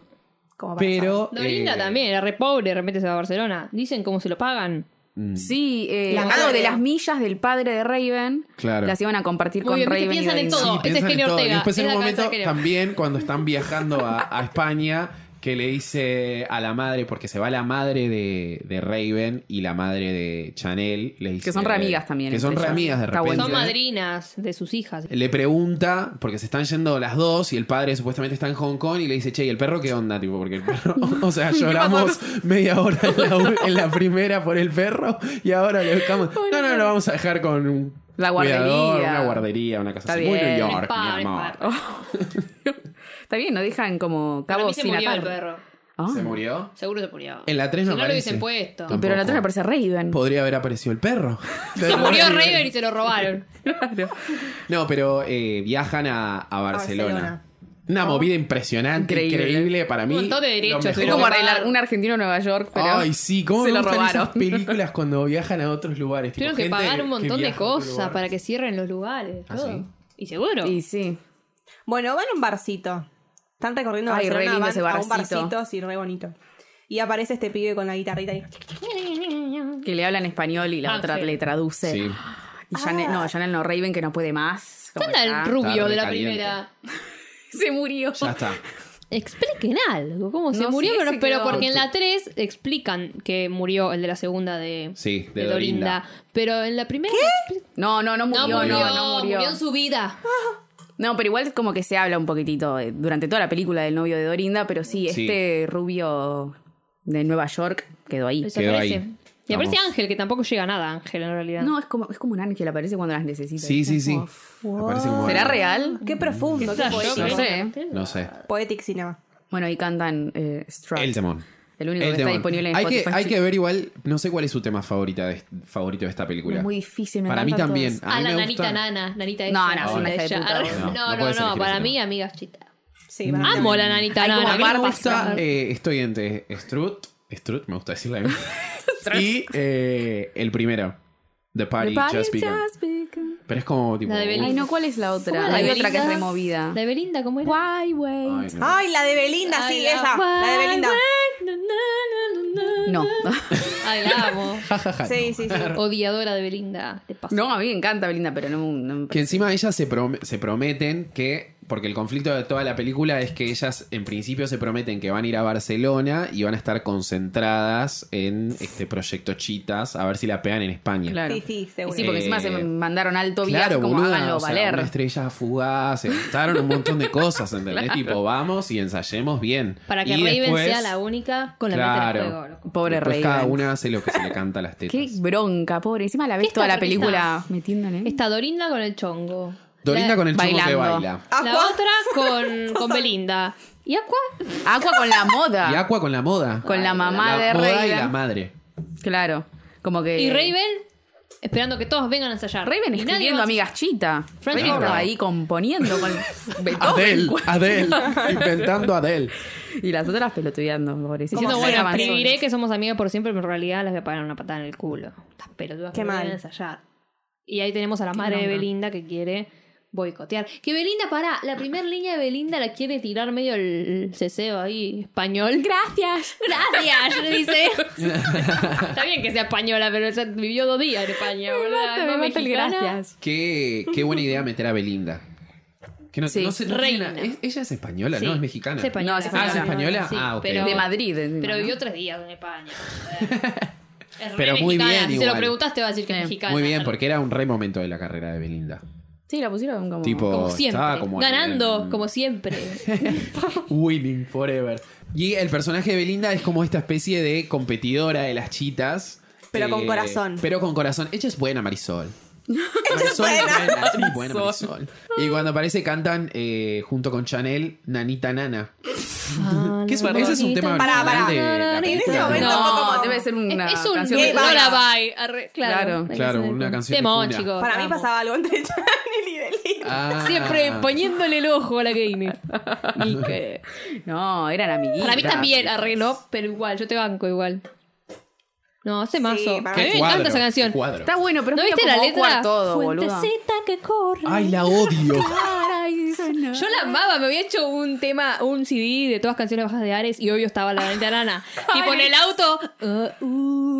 S3: como para
S1: Pero.
S4: Dorinda
S1: eh,
S4: también, era re pobre, de repente se va a Barcelona. Dicen cómo se lo pagan.
S1: mm,
S2: Sí, eh,
S3: La
S2: algo
S3: madre.
S2: de las millas del padre de Raven.
S1: Claro.
S2: Las iban a compartir
S4: Muy
S2: con
S4: bien, ¿viste?
S2: Raven. y
S4: Piensan en
S2: Dorinda.
S1: Sí,
S4: todo. Ese es
S1: piensan
S4: Kenny
S1: en todo.
S4: Ortega,
S1: Y después en
S4: es
S1: un
S4: la cabeza
S1: momento
S4: de Kenny Ortega.
S1: también cuando están viajando a, a España que le dice a la madre, porque se va la madre de, de Raven y la madre de Chanel, le dice-
S2: Que son re amigas también,
S1: Que
S2: entre
S1: son re
S2: ellas.
S1: amigas de
S2: Está
S1: repente.
S2: bueno.
S4: Son madrinas de sus hijas.
S1: Le pregunta, porque se están yendo las dos y el padre supuestamente está en Hong Kong y le dice, che, ¿y el perro qué onda? Tipo, porque el perro, o sea, lloramos media hora en la, u- en la primera por el perro y ahora le buscamos. No, no, lo vamos a dejar con un
S2: La guardería.
S1: cuidador, una guardería, una
S2: Está
S1: casa así. Muy
S2: bien.
S1: New
S2: El
S1: York,
S4: Pa,
S1: mi
S4: pa.
S1: amor.
S2: Está bien, no dejan como
S4: Para mí
S2: cabos
S4: se
S2: sin
S4: murió
S2: atar.
S4: el perro.
S2: Ah.
S1: ¿Se murió?
S4: Seguro se murió.
S1: En la tres
S4: Si
S1: no
S4: no lo
S1: aparece.
S4: hubiesen puesto.
S1: Tampoco.
S2: Pero en la otra aparece Raven.
S1: Podría haber aparecido el perro.
S4: Se murió Raven y se lo robaron.
S1: No, pero eh, viajan a, a Barcelona.
S3: Barcelona.
S1: Una movida impresionante,
S2: Increíble.
S1: increíble, para mí.
S4: Oh. Un montón de
S1: lo
S4: derechos,
S1: mejor.
S2: Es
S4: Pero
S2: como
S4: va-
S2: arreglar un argentino en Nueva York, pero
S1: Ay, sí, ¿cómo
S2: se
S1: me
S2: lo
S1: gustan esas
S2: robaron.
S1: películas cuando viajan a otros lugares? Tipo,
S4: Tuvieron que
S1: gente
S4: pagar un montón de
S1: viaja a otro
S4: cosas
S1: lugar.
S4: para que cierren los lugares.
S1: ¿Ah,
S4: todo.
S1: sí?
S4: Y seguro.
S2: Y sí.
S3: Bueno, van a un barcito. Están recorriendo
S2: Ay, re
S3: Barcelona,
S2: lindo
S3: van
S2: ese
S3: a un
S2: barcito.
S3: barcito, así re bonito. Y aparece este pibe con la guitarrita y...
S2: Que le hablan español y la
S4: Ángel.
S2: otra le traduce.
S1: Sí.
S2: Y Janel, no, Janel no, Raven que no puede más.
S4: ¿Qué
S2: Como
S4: onda
S2: está.
S4: el rubio
S1: Está
S4: de la
S1: recaliente.
S4: primera?
S2: Se murió.
S1: Ya está.
S4: Expliquen algo. ¿Cómo se
S2: No,
S4: murió?
S2: sí,
S4: pero
S2: se
S4: pero
S2: quedó.
S4: porque en la 3 explican que murió el de la segunda de,
S1: Sí, de
S4: Pero en la primera.
S2: No, no, no
S4: No
S2: murió, no,
S4: murió,
S2: no,
S4: murió, Ah,
S2: murió.
S4: en su vida.
S2: No, pero igual como que se habla un poquitito eh, durante toda la película del novio de Dorinda, pero sí,
S1: Sí.
S2: este rubio de Nueva York quedó ahí.
S4: Desaparece.
S1: ahí.
S4: Y aparece
S1: Vamos.
S4: Ángel, que tampoco llega a nada, Ángel, en realidad.
S2: No, es como, es como un ángel, aparece cuando las necesita.
S1: Sí, sí, sí.
S2: Como,
S1: Aparece como-
S2: ¿Será real?
S3: Qué profundo, qué,
S4: Flash,
S3: poético.
S2: No
S4: ¿no?
S2: sé.
S1: No sé.
S3: Poetic cinema.
S2: Bueno, ahí cantan eh, Struck.
S1: El temón.
S2: El único que está
S1: temón.
S2: disponible en
S1: hay que,
S2: Spotify.
S1: hay que ver igual, no sé cuál es su tema favorita de, favorito de esta película.
S2: Es muy difícil, me
S1: Para mí
S2: encantan Ah,
S1: también.
S2: todos.
S4: A,
S1: A mí
S4: Ah, la
S1: me
S4: nanita
S1: gusta.
S4: nana, nanita
S2: No,
S4: esa,
S2: no, es una
S4: ella.
S2: hija de puta, boludo.
S4: No,
S1: No,
S4: no,
S1: no
S4: no,
S1: puedes elegir
S4: para
S1: ese
S4: mí,
S1: tema.
S4: amigas chita.
S3: Sí, van a-
S4: Amo la nanita
S2: Hay como
S4: nana.
S1: A mí me
S2: Barba
S1: gusta,
S2: Strut.
S1: eh, estoy entre Strut, Strut, me gusta decirle a mí. y eh, el primero, The Party,
S2: The party
S1: Just Begun.
S2: just begun.
S1: Pero es como tipo...
S4: La de Belinda.
S2: Ay, no, ¿cuál es la
S4: ¿Cómo
S2: otra?
S4: era
S2: Hay
S4: de
S2: otra que es
S4: Belinda?
S2: removida.
S4: ¿La de Belinda cómo era?
S2: Why
S1: Ay,
S2: wait?
S1: no.
S3: Ay, la de Belinda, sí,
S4: Ay,
S3: esa. La de Belinda.
S2: No.
S4: Ay, Ah, la amo.
S1: Ja, ja, ja,
S3: Sí,
S1: no.
S3: sí, sí.
S4: Odiadora de Belinda. Te paso.
S2: No, a mí me encanta Belinda, pero no, no me
S1: Que
S2: parece.
S1: encima ellas se, prom- se prometen que porque el conflicto de toda la película es que ellas en principio se prometen que van a ir a Barcelona y van a estar concentradas en este proyecto Chitas, a ver si la pegan en España.
S2: Claro.
S3: Sí, sí, seguro.
S2: Y sí, porque
S1: Eh,
S2: encima se mandaron alto viaje
S1: Claro,
S2: como
S1: boluda,
S2: háganlo
S1: o sea, este
S2: valer.
S1: una estrella fugaz, se gastaron un montón de cosas, ¿entendés? Tipo, vamos y ensayemos bien.
S4: Para que
S1: Y
S4: Raven
S1: después-
S4: sea la única con la
S1: Claro.
S4: mente en juego. loco.
S2: Pobre
S1: después
S2: Raven.
S1: cada una hace lo que se le canta a las tetas.
S2: Qué bronca, pobre. Encima la ves
S4: Esta
S2: toda la
S4: porque
S2: película metiéndole.
S4: Está Dorinda con el chongo.
S1: Dorinda
S4: la,
S1: con el chico que
S2: bailando.
S1: baila.
S4: La
S3: Aqua.
S4: otra con, con Belinda. ¿Y Aqua?
S2: Aqua con la moda.
S1: Y Aqua con la moda.
S2: Con la mamá
S1: La
S2: de
S1: moda
S2: Raven.
S1: y la madre.
S2: Claro. Como que.
S4: Y Raven esperando que todos vengan a ensayar.
S2: Eh. Raven
S4: Y nadie
S2: escribiendo
S4: va-
S2: amigas chita. Raven
S4: Claro.
S2: estaba ahí componiendo con Beethoven.
S1: Adel, Adel, inventando Adel.
S2: Y las otras pelotudeando, pobrecito.
S4: Diciendo,
S2: ¿Cómo
S4: bueno,
S2: sacaban
S4: escribiré que somos amigas por siempre, pero en realidad las voy a pagar una patada en el culo. Estas pelotudas
S3: Qué
S4: que no
S3: mal.
S4: vienen a ensayar. Y ahí tenemos a la madre de
S2: bronca.
S4: Belinda que quiere boicotear. Que Belinda, pará, la primera línea de Belinda la quiere tirar medio el el ceseo ahí español.
S2: Gracias.
S4: Gracias, dice. Está bien que sea española, pero ella vivió dos días en España, ¿verdad?
S2: Mata,
S4: No
S2: me mata el
S4: mexicana.
S2: gracias.
S1: Qué, qué buena idea meter a Belinda. Que no,
S2: Sí,
S1: no sé, no tiene
S4: reina.
S1: na- es- ella es española,
S4: Sí,
S1: ¿no? Es mexicana.
S4: Es española.
S2: No, es española.
S1: Ah, ¿es española?
S4: Sí,
S1: Ah, ok.
S4: pero-
S2: De Madrid. encima,
S4: Pero
S2: ¿no?
S4: vivió tres días en España. Es re
S1: Pero muy
S4: mexicana.
S1: bien
S4: Si se
S1: igual.
S4: lo preguntaste, va a decir que
S2: Sí.
S4: es mexicana.
S1: Muy bien, porque era un re momento de la carrera de Belinda.
S2: Sí, la pusieron como.
S1: Tipo,
S4: Oh. Como siempre.
S1: estaba como
S4: Ganando,
S1: en-
S4: como siempre.
S1: Ah, Winning forever. Y el personaje de Belinda es como esta especie de competidora de las chitas. eh,
S3: Pero con corazón.
S1: Pero con corazón. Ella es buena, Marisol. Marisol es
S3: buena.
S1: buena, es muy buena Marisol. Y cuando aparece cantan eh, junto con Chanel, Nanita Nana. Que es un- ese es un tema
S3: Pará,
S1: original
S3: pará.
S1: de la
S4: En
S1: película,
S3: ese
S1: ¿no?
S3: momento
S2: No,
S3: fue como-
S2: debe ser una.
S4: Es, es un
S2: canción
S3: gay
S2: de-
S3: bar.
S4: lullaby. Arre- Claro,
S2: Claro.
S1: Claro, una canción
S4: Temón,
S1: de cuna.
S4: chicos.
S3: Para mí
S4: Vamos.
S3: pasaba algo entre Chanel y Belinda.
S1: Ah.
S4: Siempre poniéndole el ojo a la gaming.
S2: Y que- No, eran amiguitas.
S4: Para mí también, arreglo, pero igual, yo te banco igual. No, hace mazo.
S3: para
S4: a
S1: Qué
S4: mí me
S1: cuadro,
S4: encanta esa canción.
S1: qué cuadro.
S2: Está bueno, pero
S4: ¿No
S2: es medio
S4: viste la
S2: como
S4: letra?
S2: awkward todo, boluda.
S4: Fuentecita que corre.
S1: Ay, la odio.
S2: Ay, eso no.
S4: Yo la amaba, me había hecho un tema, un CD de todas canciones bajas de Ares y obvio estaba la de Arana. tipo en el auto, uh,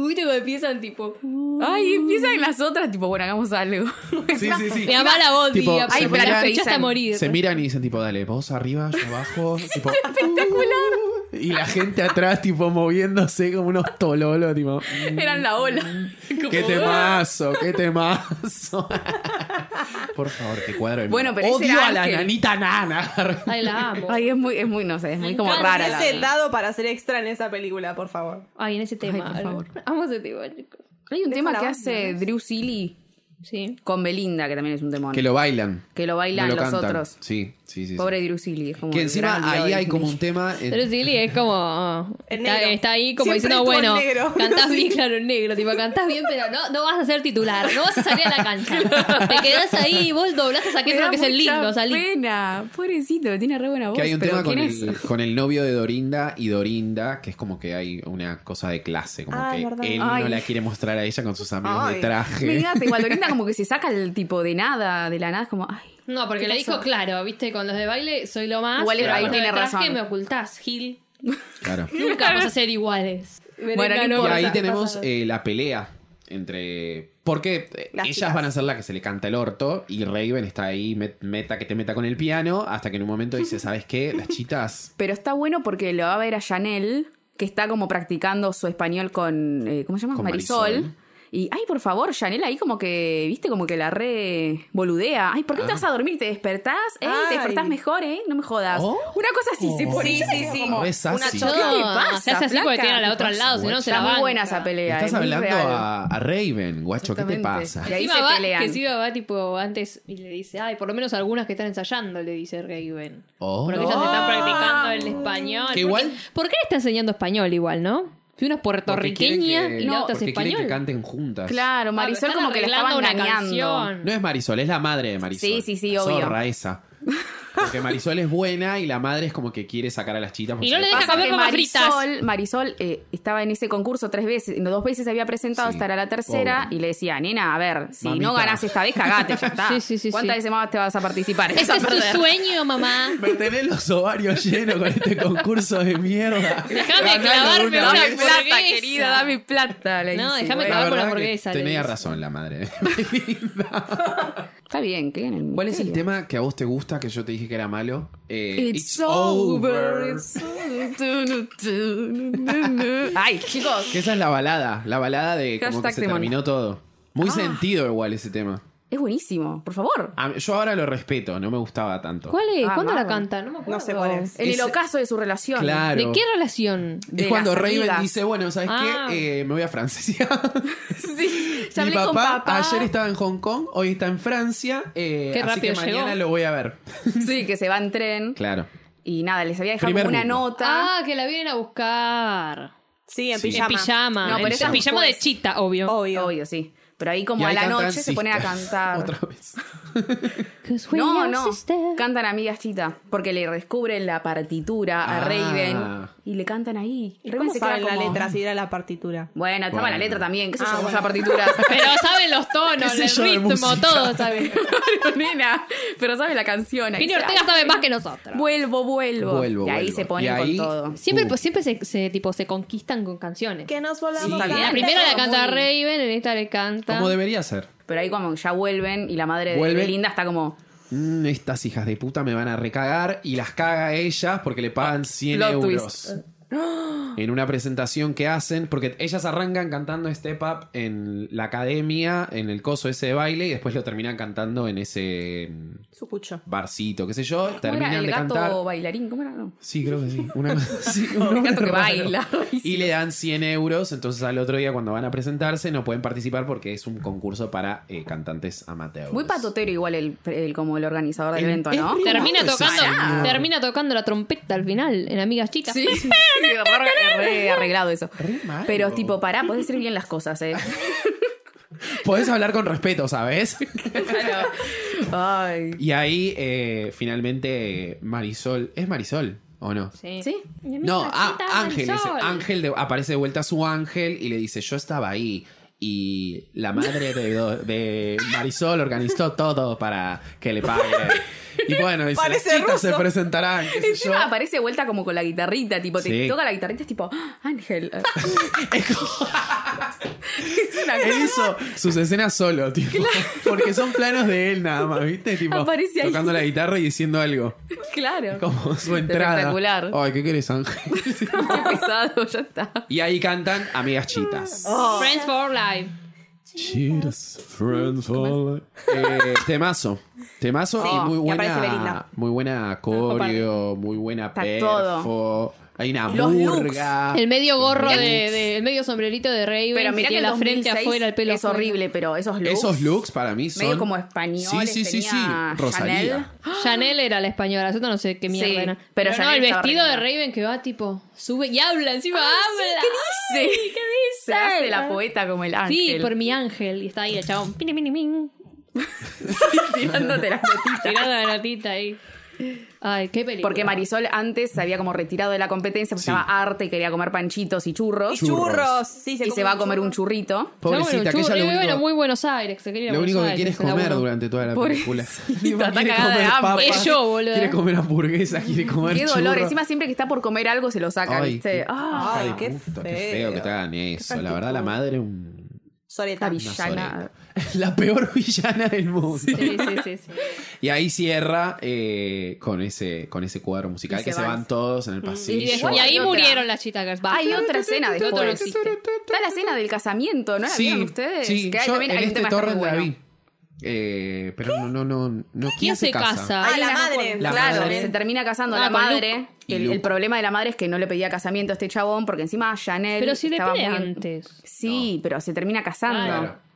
S4: uh, y tipo empiezan tipo, uh.
S2: Ay, empiezan las otras, tipo, bueno, hagamos algo.
S1: Sí, sí, sí.
S4: mi mamá la odia,
S1: Tipo,
S4: pero
S1: se
S4: la
S1: miran-
S4: escuché hasta morir.
S1: Se miran y dicen tipo, dale, vos arriba, yo abajo. tipo, Espectacular. Y la gente atrás, tipo, moviéndose como unos tololos, tipo. mm,
S2: Eran la ola. Como- "Ah".
S1: Qué temazo, qué temazo. Por favor, qué cuadro. de mierda.
S2: Bueno, pero ese
S1: Odio
S2: era
S1: a la
S2: Ángel.
S1: nanita nana.
S4: Ay, la amo.
S2: Ay, es muy, es muy, Ah, no sé, es muy
S4: Me
S2: como
S4: encanta
S2: rara la.
S3: Ese dado para ser extra en esa película, por favor.
S4: Ay, en ese tema.
S2: por favor.
S4: Amo ese tema, chicos.
S2: Hay un tema
S3: la
S2: que
S3: banda,
S2: hace Drew Seeley
S4: Sí.
S2: con Belinda, que también es un temón.
S1: Que lo bailan.
S2: Que lo bailan
S1: No
S2: los
S1: cantan.
S2: otros.
S1: Sí, sí, sí, sí.
S2: Pobre Drew Seeley. es como
S1: Que
S2: el gran
S1: encima
S2: olvidado
S1: ahí
S2: de
S1: hay como un
S2: Disney.
S1: tema. eh,
S4: Pero Silly es como. ah,
S3: En
S4: Está,
S3: negro.
S4: está ahí como
S3: Siempre
S4: diciendo,
S3: estuvo en
S4: bueno,
S3: negro.
S4: cantás bien, claro, en negro. Tipo, cantás bien, pero no, no vas a ser titular, no vas a salir a la cancha. Te quedás ahí, vos doblás a
S2: Me
S4: Zac Efron,
S2: da
S4: que es el
S2: mucha
S4: lindo, salí.
S2: pena. Pobrecito, tiene re buena voz.
S1: Que hay un
S2: Oh, pero
S1: tema con
S2: ¿quién es?
S1: el, con el novio de Dorinda y Dorinda, que es como que hay una cosa de clase, como
S3: Ah,
S1: que
S3: es verdad.
S1: él no
S2: Ay.
S1: la quiere mostrar a ella con sus amigos de
S3: Ay.
S1: traje.
S2: Me encanta, igual Dorinda como que se saca el tipo de nada, de la nada, es como, ay.
S4: No, porque
S2: ¿Qué
S4: le
S2: pasó?
S4: dijo, claro, viste, con los de baile soy lo más.
S2: Igual
S4: pero
S1: ahí
S4: con los de
S2: tiene
S4: traje
S2: razón.
S4: me ocultás, Gil.
S1: Claro.
S4: Nunca vas a ser iguales.
S2: Bueno, no
S4: Venga,
S1: Y
S2: importa.
S1: ahí tenemos eh, la pelea entre. Porque eh,
S3: Las
S1: ellas
S3: chicas.
S1: van a ser la que se le canta el orto y Raven está ahí, met- meta que te meta con el piano, hasta que en un momento dice: ¿Sabes qué? Las chitas.
S2: Pero está bueno porque lo va a ver a Chanel, que está como practicando su español con, eh, ¿cómo se llama?
S1: Con
S2: Marisol.
S1: Marisol.
S2: Y, ay, por favor, Chanel ahí como que, viste, como que la re boludea. Ay, ¿por
S1: Ah.
S2: qué te vas a dormir? ¿Te despertás? ¿Eh? ¿Te
S3: Ay.
S2: despertás mejor, eh? No me jodas.
S1: Oh.
S2: Una cosa así se pone.
S3: Sí,
S2: Yo
S3: sí,
S2: digo
S3: sí.
S2: como,
S1: Re sassy.
S2: ¿Qué te pasa,
S4: se hace así porque
S2: flaca?
S4: tiene a la otra al lado,
S1: ¿Qué
S4: si no se la
S2: Está muy
S4: banca.
S2: buena esa pelea.
S1: Estás
S2: Eh, es muy
S1: hablando
S2: real.
S1: a, a Raven, guacho, ¿qué te
S2: Exactamente.
S1: pasa?
S2: Y ahí
S4: Encima
S2: se
S4: va-
S2: pelean.
S4: Que encima va tipo antes y le dice, ay, por lo menos algunas que están ensayando, le dice Raven.
S1: Oh.
S4: Porque ellas están practicando el español.
S1: Que
S4: Porque-
S1: igual-
S4: ¿Por qué le está enseñando español igual, no? Si una es
S1: Porque quieren
S4: puertorriqueña
S1: que-
S4: y la otra es
S1: porque quieren que
S4: español.
S1: canten juntas.
S2: Claro, Marisol
S4: Ah, pero están
S2: como que la
S4: arreglando
S2: estaban
S4: una
S2: engañando.
S4: canción.
S1: No es Marisol, es la madre de Marisol.
S2: Sí, sí, sí,
S1: La
S2: obvio.
S1: Zorra esa. Porque Marisol es buena y la madre es como que quiere sacar a las chitas. porque
S4: Y no
S1: se
S4: le
S1: le
S4: deja
S1: pasa.
S4: comer
S2: que
S4: papas fritas.
S2: Marisol, Marisol eh, estaba en ese concurso tres veces, no, dos veces se había presentado,
S1: Sí,
S2: esta era la tercera,
S1: pobre.
S2: y le decía, nena, a ver, si
S1: Mamita.
S2: no ganás esta vez, cagate, ya está.
S4: Sí, sí, sí,
S2: ¿Cuántas
S4: sí.
S2: veces más te vas a participar?
S4: Ese es tu sueño, mamá.
S1: Me tenés los ovarios llenos con este concurso de mierda.
S4: Déjame
S1: Ganalo
S4: clavarme
S1: una
S4: una
S1: vez.
S4: hamburguesa.
S2: plata, querida, dame plata. le
S4: No,
S2: dice,
S4: déjame
S2: bueno.
S1: La
S4: clavar
S1: verdad
S4: con la
S1: que
S4: hamburguesa. le
S1: Tenía
S4: dice.
S1: razón la madre.
S2: Está bien, que en el
S1: ¿Cuál es el
S2: misterio.
S1: tema que a vos te gusta, que yo te dije que era malo? Eh,
S2: It's, over. it's over. Ay, chicos.
S1: Que esa es la balada, la balada de como que
S2: Hashtag
S1: se
S2: Timón. Ah.
S1: terminó todo. Muy sentido igual ese tema.
S2: Es buenísimo, por favor.
S1: A mí- yo ahora lo respeto, no me gustaba tanto.
S4: ¿Cuál es?
S2: Ah,
S4: ¿Cuándo la
S2: Marvel.
S4: canta? No me
S3: No
S4: acuerdo.
S3: sé cuál es.
S2: En el
S1: Ese-
S2: ocaso de su relación.
S1: Claro.
S4: ¿De qué relación?
S2: de
S1: Es cuando
S2: las
S1: Raven
S2: amigas.
S1: dice, bueno, ¿sabes
S4: Ah.
S1: qué? Eh, me voy a Francia.
S2: Sí, ya
S1: Mi
S2: hablé con
S1: papá,
S2: papá.
S1: ayer estaba en Hong Kong, hoy está en Francia. eh,
S4: Qué
S1: así
S4: rápido
S1: que mañana
S4: llegó.
S1: lo voy a ver.
S2: Sí, que se va en tren.
S1: Claro.
S2: Y nada, les había dejado
S1: Primer
S2: una
S1: mundo.
S2: nota.
S4: Ah, que la vienen a buscar.
S3: Sí, en
S1: Sí.
S4: En
S3: pijama.
S4: pijama.
S2: No, pero
S4: en
S2: esa
S4: pijama, pijama de
S2: después.
S4: chita, obvio.
S3: Obvio.
S2: Obvio, sí. Pero ahí como
S1: Y
S2: a
S1: ahí
S2: la
S1: cantan
S2: noche se ponen a
S1: Sisters.
S2: cantar.
S1: Otra vez.
S4: 'Cause we
S2: No,
S4: are
S2: no.
S4: sisters.
S2: Cantan amigas chita. Porque le descubren la partitura a
S1: Ah.
S2: Raven. Y le cantan ahí.
S3: ¿Y
S2: Raven
S3: cómo
S2: se queda
S3: saben la
S2: como-
S3: letra si era la partitura?
S2: Bueno, estaba
S1: Bueno.
S2: la letra también. ¿Qué sé yo
S3: Ah,
S2: cómo son
S3: bueno.
S2: las partituras?
S4: Pero saben los tonos,
S1: ¿Qué
S4: el
S1: sé yo de
S4: ritmo,
S1: música?
S4: todo saben.
S2: Pero, nena, pero sabe la canción. Ahí
S4: Pini
S2: dice,
S4: Ortega sabe más que nosotros.
S2: "Ay, Vuelvo, vuelvo.
S1: Vuelvo,
S2: y ahí
S1: vuelvo.
S2: se
S1: Y
S2: ponen
S1: ahí-
S2: con todo.
S4: Siempre,
S1: Uh.
S4: pues, siempre se, se, tipo, se conquistan con canciones.
S3: Que nos volvamos
S1: Sí.
S3: a
S1: Está bien.
S4: En la primera
S2: Todo
S4: la canta
S2: muy-
S4: Raven, en esta le canta.
S1: Como debería ser.
S2: Pero ahí como ya vuelven y la madre
S1: Vuelve.
S2: de Linda está como...
S1: Mm, estas hijas de puta me van a recagar y las caga a ellas porque le pagan 100
S2: Ah, plot
S1: euros.
S2: twist.
S1: En una presentación que hacen, porque ellas arrancan cantando Step Up en la academia, en el coso ese de baile, y después lo terminan cantando en ese
S3: Sucucho.
S1: barcito, qué sé yo.
S2: ¿Cómo era
S1: Terminan
S2: el
S1: de
S2: gato
S1: cantar.
S2: bailarín? ¿Cómo era? No.
S1: Sí, creo que sí. Una cosa- sí, un
S2: El
S1: nombre
S2: gato que
S1: raro.
S2: baila.
S1: Y le dan 100 euros, entonces al otro día cuando van a presentarse no pueden participar porque es un concurso para eh, cantantes amateurs.
S2: Muy patotero igual el, el- como el organizador del
S1: El-
S2: evento,
S1: es
S2: ¿no?
S1: re-
S4: Termina
S1: Vamos,
S4: tocando,
S1: esa-
S4: termina tocando la trompeta al final, en Amigas Chicas.
S2: Sí, sí, re- re arreglado eso.
S1: Re malo.
S2: Pero es tipo, pará, podés decir bien las cosas, ¿eh?
S1: Podés hablar con respeto, ¿sabes?
S2: Ay.
S1: Y ahí eh, finalmente eh, Marisol. ¿Es Marisol o no?
S2: ¿Sí?
S1: No, ah, Ángel.
S4: Ángeles
S1: ese- ángel de- aparece de vuelta su ángel y le dice: Yo estaba ahí. Y la madre de, do- de Marisol organizó todo para que le pague. Y bueno, dice, las
S3: Parece
S1: chicas se
S3: ruso.
S1: presentarán. qué sé yo.
S2: Encima aparece de vuelta como con la guitarrita, tipo, te
S1: Sí.
S2: toca la guitarrita, es tipo, ¡Ah, Ángel.
S1: Es como-
S2: Es una
S1: Él hizo sus escenas solo, tipo. Porque son planos de él nada más, ¿viste? Tipo,
S2: Aparece ahí.
S1: tocando la guitarra y diciendo algo.
S2: Claro.
S1: Como su entrada.
S2: Espectacular.
S1: Ay, ¿qué querés, Ángel?
S2: Qué pesado, ya está.
S1: Y ahí cantan Amigas Chitas.
S2: Oh.
S4: Friends for Life.
S1: Cheers, friends for eh, Temazo. Temazo
S2: Sí,
S1: y muy
S2: que
S3: aparece
S1: buena.
S3: Belinda.
S1: Muy buena coreo, muy buena
S2: Está
S1: perfo. Hay una
S2: Los
S1: burga.
S4: El medio gorro de, de- el medio sombrerito de Raven.
S2: Pero mira
S4: que
S2: que el
S4: tiene la frente
S2: 2006
S4: afuera, el pelo
S2: es
S4: afuera.
S2: horrible, pero esos looks.
S1: Esos looks para mí son.
S2: Medio como españoles,
S1: Sí, sí, sí, sí.
S2: tenía Chanel.
S1: Rosalía.
S4: Chanel era la española, yo no sé qué mierda
S2: Sí,
S4: era.
S2: pero
S4: no,
S2: Chanel
S4: el
S2: estaba
S4: vestido de
S2: re
S4: Raven que va tipo, sube y habla, encima habla.
S2: ¿Qué dice? ¿Qué dice? Se hace la poeta como el ángel.
S4: Sí, por mi ángel. Y está ahí el chabón. Pini, pini, min.
S2: tirándote las notitas.
S4: Tirando la notita ahí. Ay, qué película.
S2: Porque Marisol antes se había como retirado de la competencia, porque
S1: Sí.
S2: estaba harta y quería comer panchitos y churros.
S3: Y
S1: Churros.
S3: churros. Sí,
S2: y
S3: come
S2: se va a comer un churrito.
S1: Pobrecita, que ella
S4: lo
S1: lo
S4: bueno,
S1: único,
S4: muy Buenos Aires. Se quería ir a
S1: lo único
S4: Buenos
S1: que quiere es
S4: Aires, el
S1: comer
S4: laburo.
S1: durante toda la película.
S2: Pobrecita, está cagada de hambre.
S1: papas,
S4: Es yo, boludo.
S1: Quiere comer hamburguesa, quiere comer
S2: Qué dolor.
S1: churro.
S2: Encima siempre que está por comer algo se lo saca,
S1: Ay,
S2: ¿viste?
S1: qué-
S2: Ah,
S1: Hija
S3: Ay,
S1: de
S3: qué
S1: puta,
S3: feo.
S1: que te hagan eso. La verdad, la madre un...
S3: Soreta.
S2: la
S1: una
S2: villana.
S1: soreta. La peor villana del mundo.
S4: Sí, sí, sí. sí.
S1: Y ahí cierra eh, con, ese, con ese cuadro musical
S2: Y
S1: que
S2: se
S1: se
S2: van.
S1: van todos en el
S4: Y,
S1: pasillo.
S4: después- y ahí
S2: Hay otra.
S4: murieron las chitacas. Va.
S2: Hay otra escena después. Está la escena del casamiento, ¿no la
S1: Sí,
S2: vieron ustedes?
S1: sí,
S2: que hay,
S1: yo
S2: también
S1: en
S2: hay un
S1: este
S2: tema que está
S1: torre
S2: muy
S1: la
S2: bueno.
S1: vi. Eh, pero no, no, no, no. ¿Quién,
S4: ¿Quién se casa?
S2: Hay
S3: Ah, la
S2: una-
S3: madre.
S1: La
S2: claro,
S1: madre.
S2: se termina casando
S4: Ah,
S2: la
S4: con
S2: madre.
S1: Y
S2: El,
S1: Luke.
S2: el problema de la madre es que no le pedía casamiento a este chabón porque encima Chanel
S4: Pero si le
S2: estaba
S4: pide
S2: muy-
S4: antes.
S2: Sí, pero se termina
S4: Ah,
S2: casando.
S1: Claro.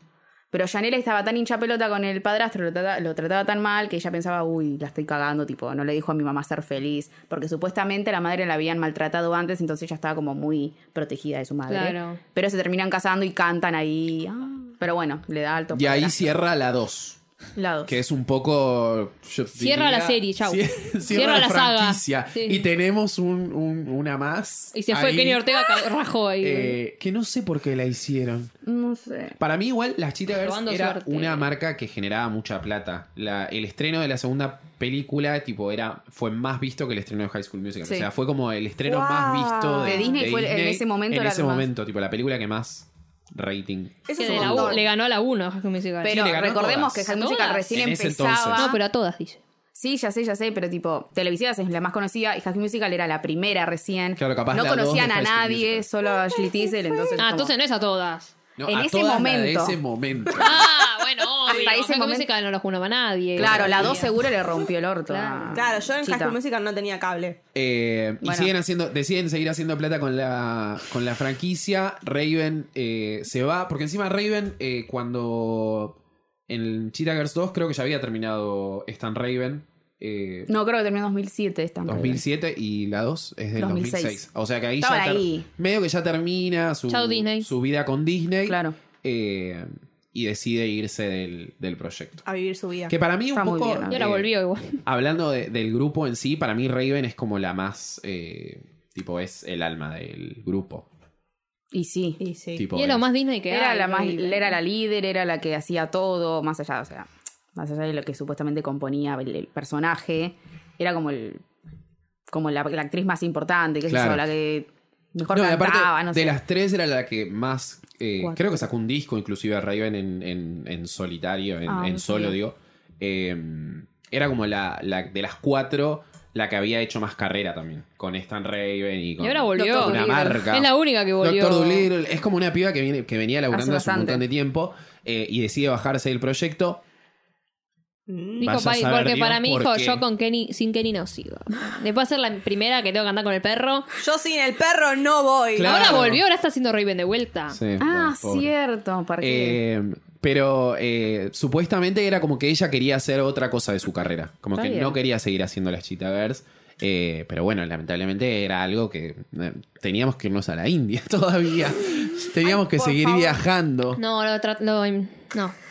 S2: Pero Chanel estaba tan hincha pelota con el padrastro, lo trata- lo trataba, tan mal que ella pensaba, uy, la estoy cagando, tipo, no le dijo a mi mamá ser feliz, porque supuestamente la madre la habían maltratado antes, entonces ella estaba como muy protegida de su madre.
S4: Claro.
S2: Pero se terminan casando y cantan ahí. ah, Pero bueno, le da alto.
S1: Y ahí
S2: padrastro.
S1: cierra la 2.
S2: Lados.
S1: Que es un poco. yo
S4: Cierra la serie, chau.
S1: Cie- Cierra,
S4: Cierra
S1: la,
S4: la saga.
S1: franquicia.
S4: Sí.
S1: Y tenemos un- un- una más.
S4: Y se fue
S1: ahí,
S4: Kenny Ortega
S2: Ah.
S4: ca- rajó ahí.
S1: eh, que no sé por qué la hicieron.
S2: No sé.
S1: Para mí, igual, las Cheetah Girls
S4: Probando
S1: era
S4: suerte.
S1: una marca que generaba mucha plata. La- el estreno de la segunda película, tipo, era, fue más visto que el estreno de High School Musical.
S2: Sí.
S1: O sea, fue como el estreno
S3: Wow.
S1: más visto de,
S2: De Disney fue en ese momento
S1: En
S2: la
S1: ese
S2: que más-
S1: momento, tipo, la película que más rating.
S3: Eso
S4: Que
S3: es
S4: de
S3: un
S4: la
S3: montón.
S4: U- le ganó a la 1 High School Musical.
S2: Pero
S1: le ganó a
S2: recordemos
S1: todas.
S2: que
S4: ¿A
S2: High Musical
S4: todas?
S2: recién
S1: En ese
S2: empezaba.
S1: entonces.
S4: no, pero a todas, dice.
S2: Sí, ya sé, ya sé, pero tipo, Televisivas es la más conocida y High School Musical era la primera recién.
S1: Claro, capaz
S2: no
S1: la dos
S2: conocían
S1: de
S2: a
S1: High School
S2: nadie,
S1: Musical.
S2: solo a Ashley Tisdale, entonces.
S4: Ah,
S2: como-
S4: entonces no es a todas.
S1: No,
S2: En
S1: a
S2: ese
S1: todas las de
S2: momento.
S1: ese momento.
S4: Ah, bueno, obvio.
S2: Hasta ese
S4: High School
S2: momento-
S4: Musical no lo junaba nadie.
S2: Claro, la 2 seguro le rompió el orto.
S4: Claro.
S2: a
S3: Claro, yo en
S2: Chita.
S3: High School Musical no tenía cable.
S1: Eh, Y
S2: Bueno.
S1: siguen haciendo, deciden seguir haciendo plata con la, con la franquicia. Raven eh, se va, porque encima Raven, eh, cuando en Cheetah Girls 2, creo que ya había terminado Stan Raven. eh,
S2: No, creo que terminó en 2007 esta.
S1: 2007 y la 2 es del 2006.
S2: 2006.
S1: O sea que ahí
S2: Estaban
S1: ya ter-
S2: ahí.
S1: medio que ya termina su,
S4: Chau, Disney.
S1: su vida con Disney.
S2: Claro.
S1: Eh, y decide irse del, del proyecto.
S3: A vivir su vida.
S1: Que para mí un
S2: Está muy
S1: poco...
S2: bien, ¿no?
S4: Y ahora
S1: eh,
S4: volvió igual.
S1: Hablando de- del grupo en sí, para mí Raven es como la más. eh, tipo, es el alma del grupo.
S2: Y sí.
S3: Y sí.
S1: Tipo,
S4: Y es lo
S1: es-
S4: más Disney que
S2: Era
S4: hay,
S2: la, más,
S4: Raven.
S2: era la líder, era la que hacía todo, más allá, o sea, más allá de lo que supuestamente componía el, el personaje, era como el como la, la actriz más importante, que
S1: Claro.
S2: yo, la que mejor
S1: No, y aparte,
S2: cantaba, no
S1: de
S2: sé.
S1: las tres era la que más. eh,
S2: Cuatro.
S1: creo que sacó un disco, inclusive a Raven en, en- en solitario, en,
S2: Ah,
S1: en
S2: no
S1: solo,
S2: sabía.
S1: digo. Eh, era como la, la- de las cuatro, la que había hecho más carrera también. Con Stan Raven y con.
S4: Y ahora volvió.
S2: Doctor
S1: Una
S2: Dolittle.
S1: marca.
S4: Es la única que volvió.
S1: Doctor Dolittle es como una piba que, viene, que venía laburando
S2: Hace
S1: hace un
S2: bastante.
S1: montón de tiempo eh, y decide bajarse del proyecto.
S3: Mm.
S4: Dijo
S1: Vaya a
S4: Pai,
S1: saber
S4: porque
S1: Dios
S4: para mí
S1: por
S4: dijo,
S1: qué.
S4: yo con Kenny, sin Kenny no sigo. Después de ser la primera que tengo que andar con el perro.
S3: Yo sin el perro no voy.
S1: Claro.
S4: Ahora volvió, ahora está haciendo Raven de vuelta.
S1: Sí,
S2: Ah,
S1: bueno, pobre.
S2: cierto, porque
S1: Eh, pero eh, supuestamente era como que ella quería hacer otra cosa de su carrera. Como
S2: Está
S1: que
S2: bien.
S1: no quería seguir haciendo las Cheetah Girls. Eh, pero bueno, lamentablemente era algo que eh, teníamos que irnos a la India todavía. Teníamos que
S3: por
S1: seguir
S3: favor.
S1: viajando.
S4: No, lo tra- lo- no.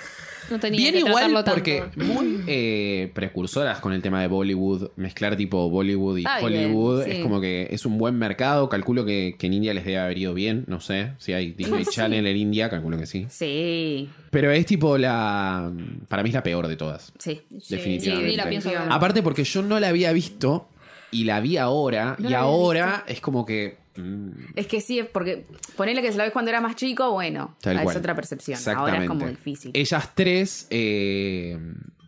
S4: No tenía
S1: Bien
S4: que
S1: igual
S4: tratarlo
S1: porque
S4: tanto.
S1: muy eh, precursoras con el tema de Bollywood, mezclar tipo Bollywood y
S2: Está bien,
S1: Hollywood,
S2: sí.
S1: es como que es un buen mercado, calculo que, que en India les debe haber ido bien, no sé, si hay Disney Channel en India, calculo que sí.
S2: sí,
S1: Pero es tipo la. Para mí es la peor de todas.
S2: sí.
S4: Sí,
S1: definitivamente.
S4: sí, la pienso ver.
S1: Aparte, porque yo no la había visto y la vi ahora. y ahora es como que. mm,
S2: Es que sí, es porque ponerle que se la ves cuando era más chico, bueno,
S1: tal
S2: Ah, es
S1: cual.
S2: otra percepción. Ahora es como
S1: Exactamente.
S2: difícil.
S1: Ellas tres: eh,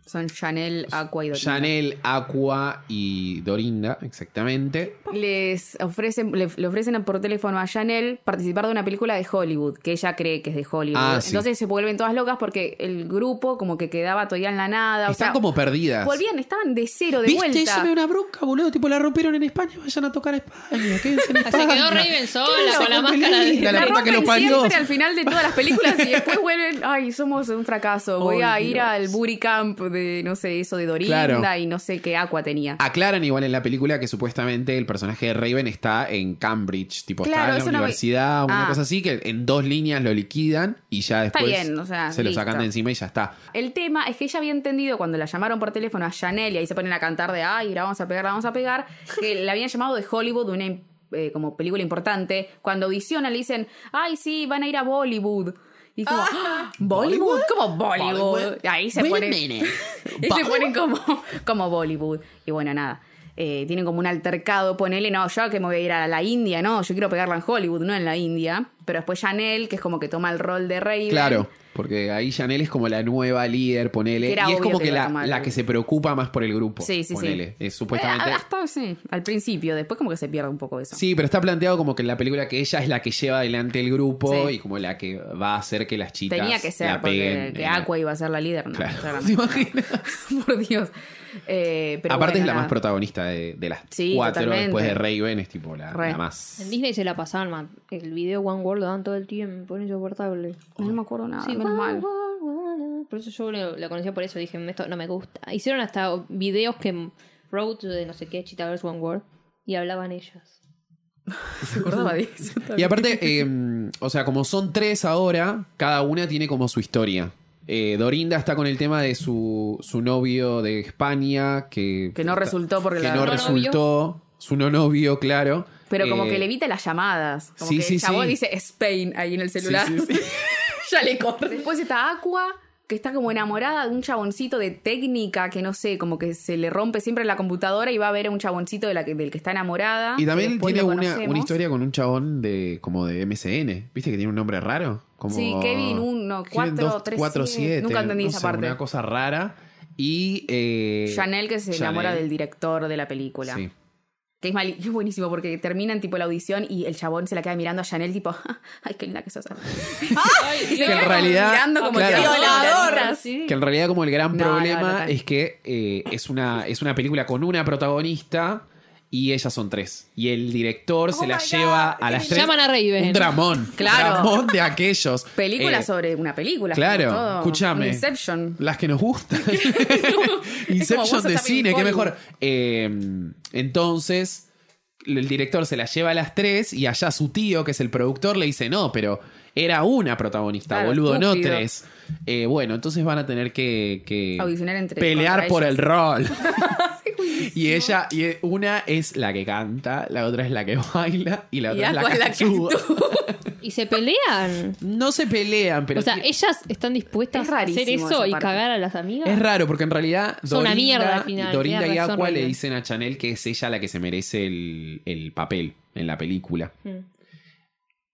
S2: Son Chanel, Aqua y Dorinda.
S1: Chanel, Aqua y Dorinda, exactamente.
S2: les ofrecen, le, le ofrecen por teléfono a Chanel participar de una película de Hollywood, que ella cree que es de Hollywood.
S1: Ah, sí.
S2: Entonces se vuelven todas locas porque el grupo como que quedaba todavía en la nada. o
S1: Están
S2: sea,
S1: como perdidas.
S2: volvían, estaban de cero, de
S1: ¿Viste?
S2: vuelta.
S1: Eso me da una bronca, boludo. Tipo, la rompieron en España, vayan a tocar a España. quédense en
S4: Se
S1: España.
S4: quedó Raven sola
S1: Claro,
S4: con la
S1: con
S4: máscara de...
S1: Belinda, la puta que lo
S2: rompen
S1: parió.
S2: siempre al final de todas las películas y después vuelven, ay, somos un fracaso, voy a ir al Booty Camp de, no sé, eso de Dorinda
S1: Claro.
S2: y no sé qué Aqua tenía.
S1: Aclaran igual en la película que supuestamente el personaje de Raven está en Cambridge, tipo
S2: Claro,
S1: está en
S2: eso
S1: la
S2: no me-
S1: universidad, una
S2: Ah.
S1: cosa así, que en dos líneas lo liquidan y ya después
S2: bien, o sea,
S1: se lo sacan
S2: listo.
S1: de encima y ya está.
S2: El tema es que ella había entendido cuando la llamaron por teléfono a Chanel y ahí se ponen a cantar de ay, la vamos a pegar, la vamos a pegar, que la habían llamado de Hollywood, una im- eh, como película importante. Cuando audicionan le dicen, ay, sí, van a ir a Bollywood. Y como, "Ah, ¿Bollywood? ¿Cómo Bollywood?
S1: Bollywood.
S2: Y Ahí se
S1: Wait a
S2: ponen,
S1: minute.
S2: y se ponen como, como Bollywood. Y bueno, nada. Eh, tienen como un altercado, ponele, no, yo que me voy a ir a la India, no, yo quiero pegarla en Hollywood, no en la India. Pero después Chanel, que es como que toma el rol de rey.
S1: Claro, porque ahí Chanel es como la nueva líder, ponele,
S2: Que era
S1: y es
S2: obvio
S1: como
S2: que
S1: que
S2: iba a
S1: la,
S2: tomar.
S1: la que se preocupa más por el grupo,
S2: Sí, sí, sí.
S1: ponele. Es
S2: Eh,
S1: supuestamente...
S2: hasta sí, al principio, después como que se pierde un poco eso.
S1: Sí, pero está planteado como que en la película que ella es la que lleva adelante el grupo
S2: Sí.
S1: y como la que va a hacer que las chicas
S2: Tenía que ser,
S1: la peguen
S2: porque que
S1: en la-
S2: Aqua iba a ser la líder, no.
S1: Claro, ¿te
S2: claramente.
S1: imaginas?
S2: Por Dios. Eh, pero
S1: Aparte
S2: bueno,
S1: es la
S2: nada.
S1: más protagonista de, de las
S2: Sí,
S1: cuatro
S2: totalmente.
S1: después de Raven, es tipo la,
S2: Re.
S1: la más.
S4: En Disney se la pasaban, man. El video One World lo daban todo el tiempo, era insoportable.
S2: No me acuerdo nada,
S4: Sí,
S2: Ah, menos
S4: One
S2: mal.
S4: World, One World. Por eso yo lo- la conocía por eso, dije, esto no me gusta. Hicieron hasta videos que wrote de no sé qué, Cheetah Girls One World, y hablaban ellas.
S2: Se acordaba de eso.
S1: Y aparte, eh, o sea, como son tres ahora, cada una tiene como su historia. Eh, Dorinda está con el tema de su, su novio de España, que,
S2: Que no resultó porque
S1: que
S2: la-
S1: no
S4: No
S1: resultó, su no novio, claro.
S2: Pero como
S1: Eh,
S2: que le evita las llamadas. Como
S1: sí,
S2: que
S1: sí,
S2: el chabón
S1: sí.
S2: dice Spain ahí en el
S1: sí,
S2: celular.
S1: sí, sí.
S2: ya le corre. Después está Aqua, que está como enamorada de un chaboncito de técnica que no sé, como que se le rompe siempre la computadora y va a ver a un chaboncito de la que- del que está enamorada.
S1: Y
S2: que
S1: también
S2: Ah, después
S1: tiene
S2: lo
S1: una,
S2: conocemos.
S1: una historia con un chabón de como de MSN. ¿Viste que tiene un nombre raro? Como
S2: Sí, Kevin uno,
S1: Kevin
S2: cuatro,
S1: dos,
S2: tres,
S1: cuatro,
S2: siete.
S1: siete,
S2: Nunca entendí
S1: no
S2: esa
S1: sé,
S2: parte.
S1: Una cosa rara. Y. eh,
S2: Chanel que se
S1: Chanel.
S2: enamora del director de la película.
S1: Sí.
S2: Que es, mal- es buenísimo porque terminan tipo la audición y el chabón se la queda mirando a Chanel tipo, ay, qué linda que sos. y se
S1: Que en
S2: queda como
S1: realidad-
S2: mirando como
S1: claro.
S2: tirando
S3: Violador.
S2: miraditas.
S1: Que en realidad, como el gran
S2: No,
S1: problema
S2: no, no, no.
S1: es que eh, es, una, es una película con una protagonista y ellas son tres. Y el director
S2: Oh
S1: se la lleva a las tres.
S4: Llaman a Raven.
S1: Un dramón.
S2: Claro.
S1: Un dramón de aquellos.
S2: Película
S1: Eh,
S2: sobre una película. sobre
S1: Claro,
S2: todo.
S1: escúchame.
S2: Inception.
S1: Las que nos gustan.
S2: Es como
S1: Inception
S2: vos
S1: de
S2: estás
S1: cine,
S2: bien
S1: qué
S2: Hollywood.
S1: mejor. Eh, entonces, el director se la lleva a las tres y allá su tío, que es el productor, le dice, no, pero era una protagonista,
S2: Claro,
S1: boludo, no
S2: estúpido.
S1: tres. Eh, bueno, entonces van a tener que, que
S2: Audicionar entre- contra
S1: pelear por el
S2: ellas.
S1: rol. y ella, y eh, una es la que canta, la otra es la que baila y la
S2: Y
S1: otra es la
S2: Aqua
S1: que,
S2: es la que
S1: actúa.
S2: actúa.
S4: Y se pelean.
S1: No se pelean, pero
S4: o sea,
S1: sí-
S4: ellas están dispuestas
S2: Es
S4: a hacer
S2: rarísimo
S4: eso
S2: esa
S4: y
S2: parte.
S4: cagar a las amigas.
S1: Es raro, porque en realidad
S4: Es una
S1: Dorinda,
S4: mierda al final,
S1: Dorinda
S4: tenés
S1: y
S4: razón,
S1: Aqua le
S4: Raquel.
S1: dicen a Chanel que es ella la que se merece el, el papel en la película.
S4: Mm.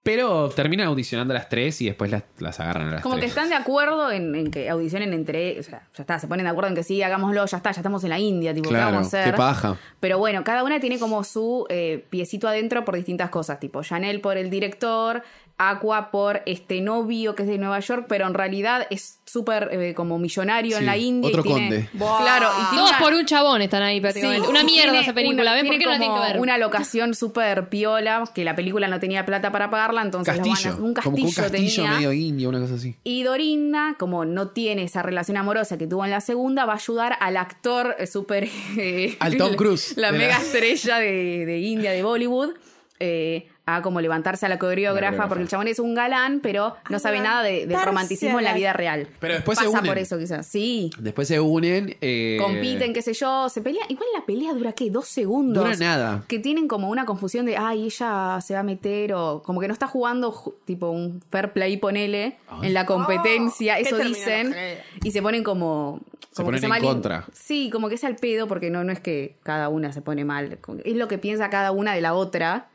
S1: Pero terminan audicionando a las tres y después las, las agarran a las
S2: Como que
S1: tres.
S2: están de acuerdo en, en que audicionen entre. O sea, ya está, se ponen de acuerdo en que sí, hagámoslo, ya está, ya estamos en la India, tipo, ¿qué
S1: Claro,
S2: vamos a hacer?
S1: qué paja.
S2: Pero bueno, cada una tiene como su eh, piecito adentro por distintas cosas, tipo Chanel por el director, Aqua por este novio que es de Nueva York, pero en realidad es súper eh, como millonario
S1: Sí,
S2: en la India. y
S1: otro
S2: tiene-
S1: conde.
S2: Claro, y tiene
S4: Todos
S2: una-
S4: por un chabón están ahí prácticamente.
S2: Sí.
S4: Una mierda
S2: Tiene
S4: esa película.
S2: una-
S4: ¿Ven por qué no la tienen
S2: como
S4: que ver?
S2: Una locación súper piola, que la película no tenía plata para pagarla, entonces los van a-
S1: Castillo,
S2: un castillo,
S1: como que un castillo
S2: tenía.
S1: medio indio, una cosa así.
S2: Y Dorinda, como no tiene esa relación amorosa que tuvo en la segunda, va a ayudar al actor eh, súper... eh,
S1: Al Tom Cruise.
S2: La
S1: De la-
S2: mega estrella de, de India, de Bollywood, eh, a como levantarse a la
S1: La coreógrafa.
S2: coreógrafa, porque el chabón es un galán, pero no sabe nada de, del
S3: levantarse
S2: romanticismo
S3: a
S2: en la
S3: la-
S2: vida real.
S1: Pero después se
S2: Pasa
S1: unen.
S2: por eso quizás, sí.
S1: Después se unen. eh,
S2: Compiten, qué sé yo, se pelea. Igual la pelea dura, ¿qué? Dos segundos.
S1: Dura nada.
S2: Que tienen como una confusión de, ay, ella se va a meter o como que no está jugando ju- tipo un fair play, ponele, en la competencia.
S3: Oh,
S2: eso
S3: qué
S2: dicen.
S3: terminología.
S2: Y se ponen como...
S1: Se
S2: como
S1: ponen
S2: que
S1: en
S2: mal-
S1: contra.
S2: Sí, como que es al pedo porque no, no es que cada una se pone mal. como que Es lo que piensa cada una de la otra.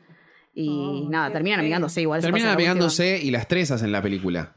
S2: Y nada, terminan amigándose igual. eso
S1: terminan
S2: pasa en la última.
S1: pegándose y las tres hacen la película.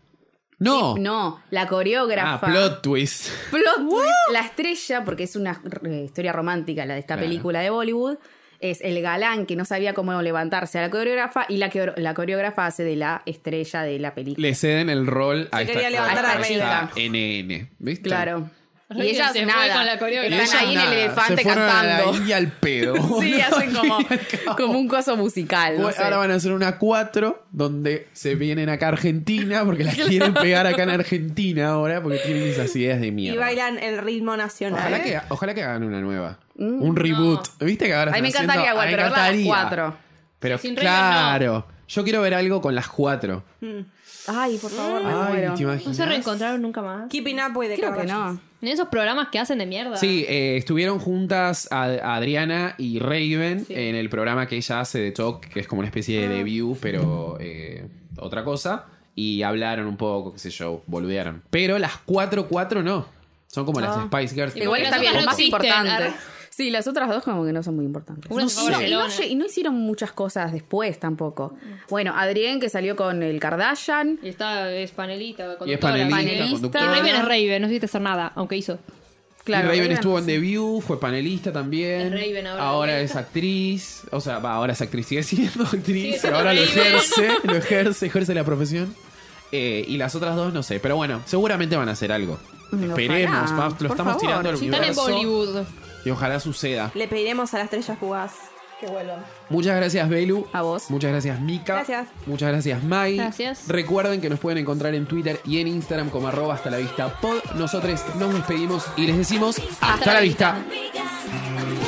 S1: No.
S2: No, la coreógrafa
S1: ah, plot twist.
S2: plot twist, la estrella, porque es una eh, historia romántica la de esta
S1: Claro.
S2: película de Bollywood, es el galán que no sabía cómo levantarse a la coreógrafa y la, que- la coreógrafa hace de la estrella de la película.
S1: Le ceden el rol a
S3: Se
S1: esta,
S3: quería levantar
S1: a
S2: la
S1: esta
S2: chica.
S1: NN. ¿Viste?
S2: Claro. Y
S4: Se
S2: ellas
S4: fue
S2: nada.
S4: con la coreógrafa.
S2: Están ahí en el
S1: nada,
S2: elefante
S1: se fueron A
S2: cantando.
S1: la India al pedo.
S2: Sí,
S1: boludo.
S2: hacen como,
S1: Al fin y al cabo.
S2: como un coso musical. no
S1: Bueno,
S2: sé.
S1: Ahora van a hacer una 4 donde se vienen acá a Argentina porque la quieren pegar acá en Argentina ahora porque tienen esas ideas de mierda.
S3: Y bailan el ritmo nacional.
S2: ¿eh?
S1: Ojalá que, ojalá que hagan una nueva.
S2: Mm,
S1: un reboot. ¿Viste que ahora
S2: Ay,
S1: están
S2: me encantaría
S1: haciendo-
S2: igual,
S1: Ay,
S2: pero verla a las
S1: encantaría.
S2: cuatro.
S1: Pero
S4: Sin reglas,
S1: claro. Yo quiero ver algo con las 4.
S2: Ay, por favor, me
S1: Ay,
S2: muero.
S1: ¿te
S4: No se
S1: imaginas?
S4: reencontraron nunca más.
S3: Keeping up with the
S2: Creo que no.
S4: En esos programas que hacen de mierda.
S1: Sí, eh, estuvieron juntas a, a Adriana y Raven en el programa que ella hace de Talk, que es como una especie de debut, pero eh, otra cosa. Y hablaron un poco, qué sé yo, boludearon. Pero las 4, 4 no. Son como las Spice Girls.
S4: Igual
S2: Igual
S4: las
S2: está bien,
S4: otras
S2: lo
S4: no
S2: más
S4: existen,
S2: importante.
S4: ar-
S2: Sí, las otras dos como que no son muy importantes.
S4: Una
S2: No,
S4: se
S2: y,
S4: fue a
S2: no, y no
S4: Barcelona.
S2: lle- y no hicieron muchas cosas después tampoco. Bueno, Adrián que salió con el Kardashian.
S4: Y está, es panelita.
S1: Y es
S4: conductora,
S1: panelista,
S4: ¿viste?
S1: conductora.
S4: Y Raven es Raven, no necesita hacer nada, aunque hizo.
S2: Claro,
S1: y Raven
S2: Adrián-
S1: estuvo en The View, fue panelista también.
S4: Es Raven ahora.
S1: es actriz. O sea, va, ahora es actriz, sigue siendo actriz.
S4: siendo
S1: pero ahora lo
S4: Raven.
S1: ejerce, lo ejerce, ejerce la profesión. Eh, y las otras dos no sé. Pero bueno, seguramente van a hacer algo.
S2: Mm,
S1: Esperemos,
S2: ojalá.
S1: Pablo,
S2: Por
S1: lo estamos
S2: favor,
S1: tirando al
S2: si
S4: Están en
S1: universo.
S4: Bollywood.
S1: Y ojalá suceda.
S3: Le pediremos a las estrellas jugadas que vuelvan.
S1: Muchas gracias, Belu.
S2: A vos.
S1: Muchas gracias, Mika.
S3: Gracias.
S1: Muchas gracias, Mai.
S4: Gracias.
S1: Recuerden que nos pueden encontrar en Twitter y en Instagram como arroba hasta la vista pod. Nosotros nos despedimos y les decimos hasta, la vista.
S5: We got a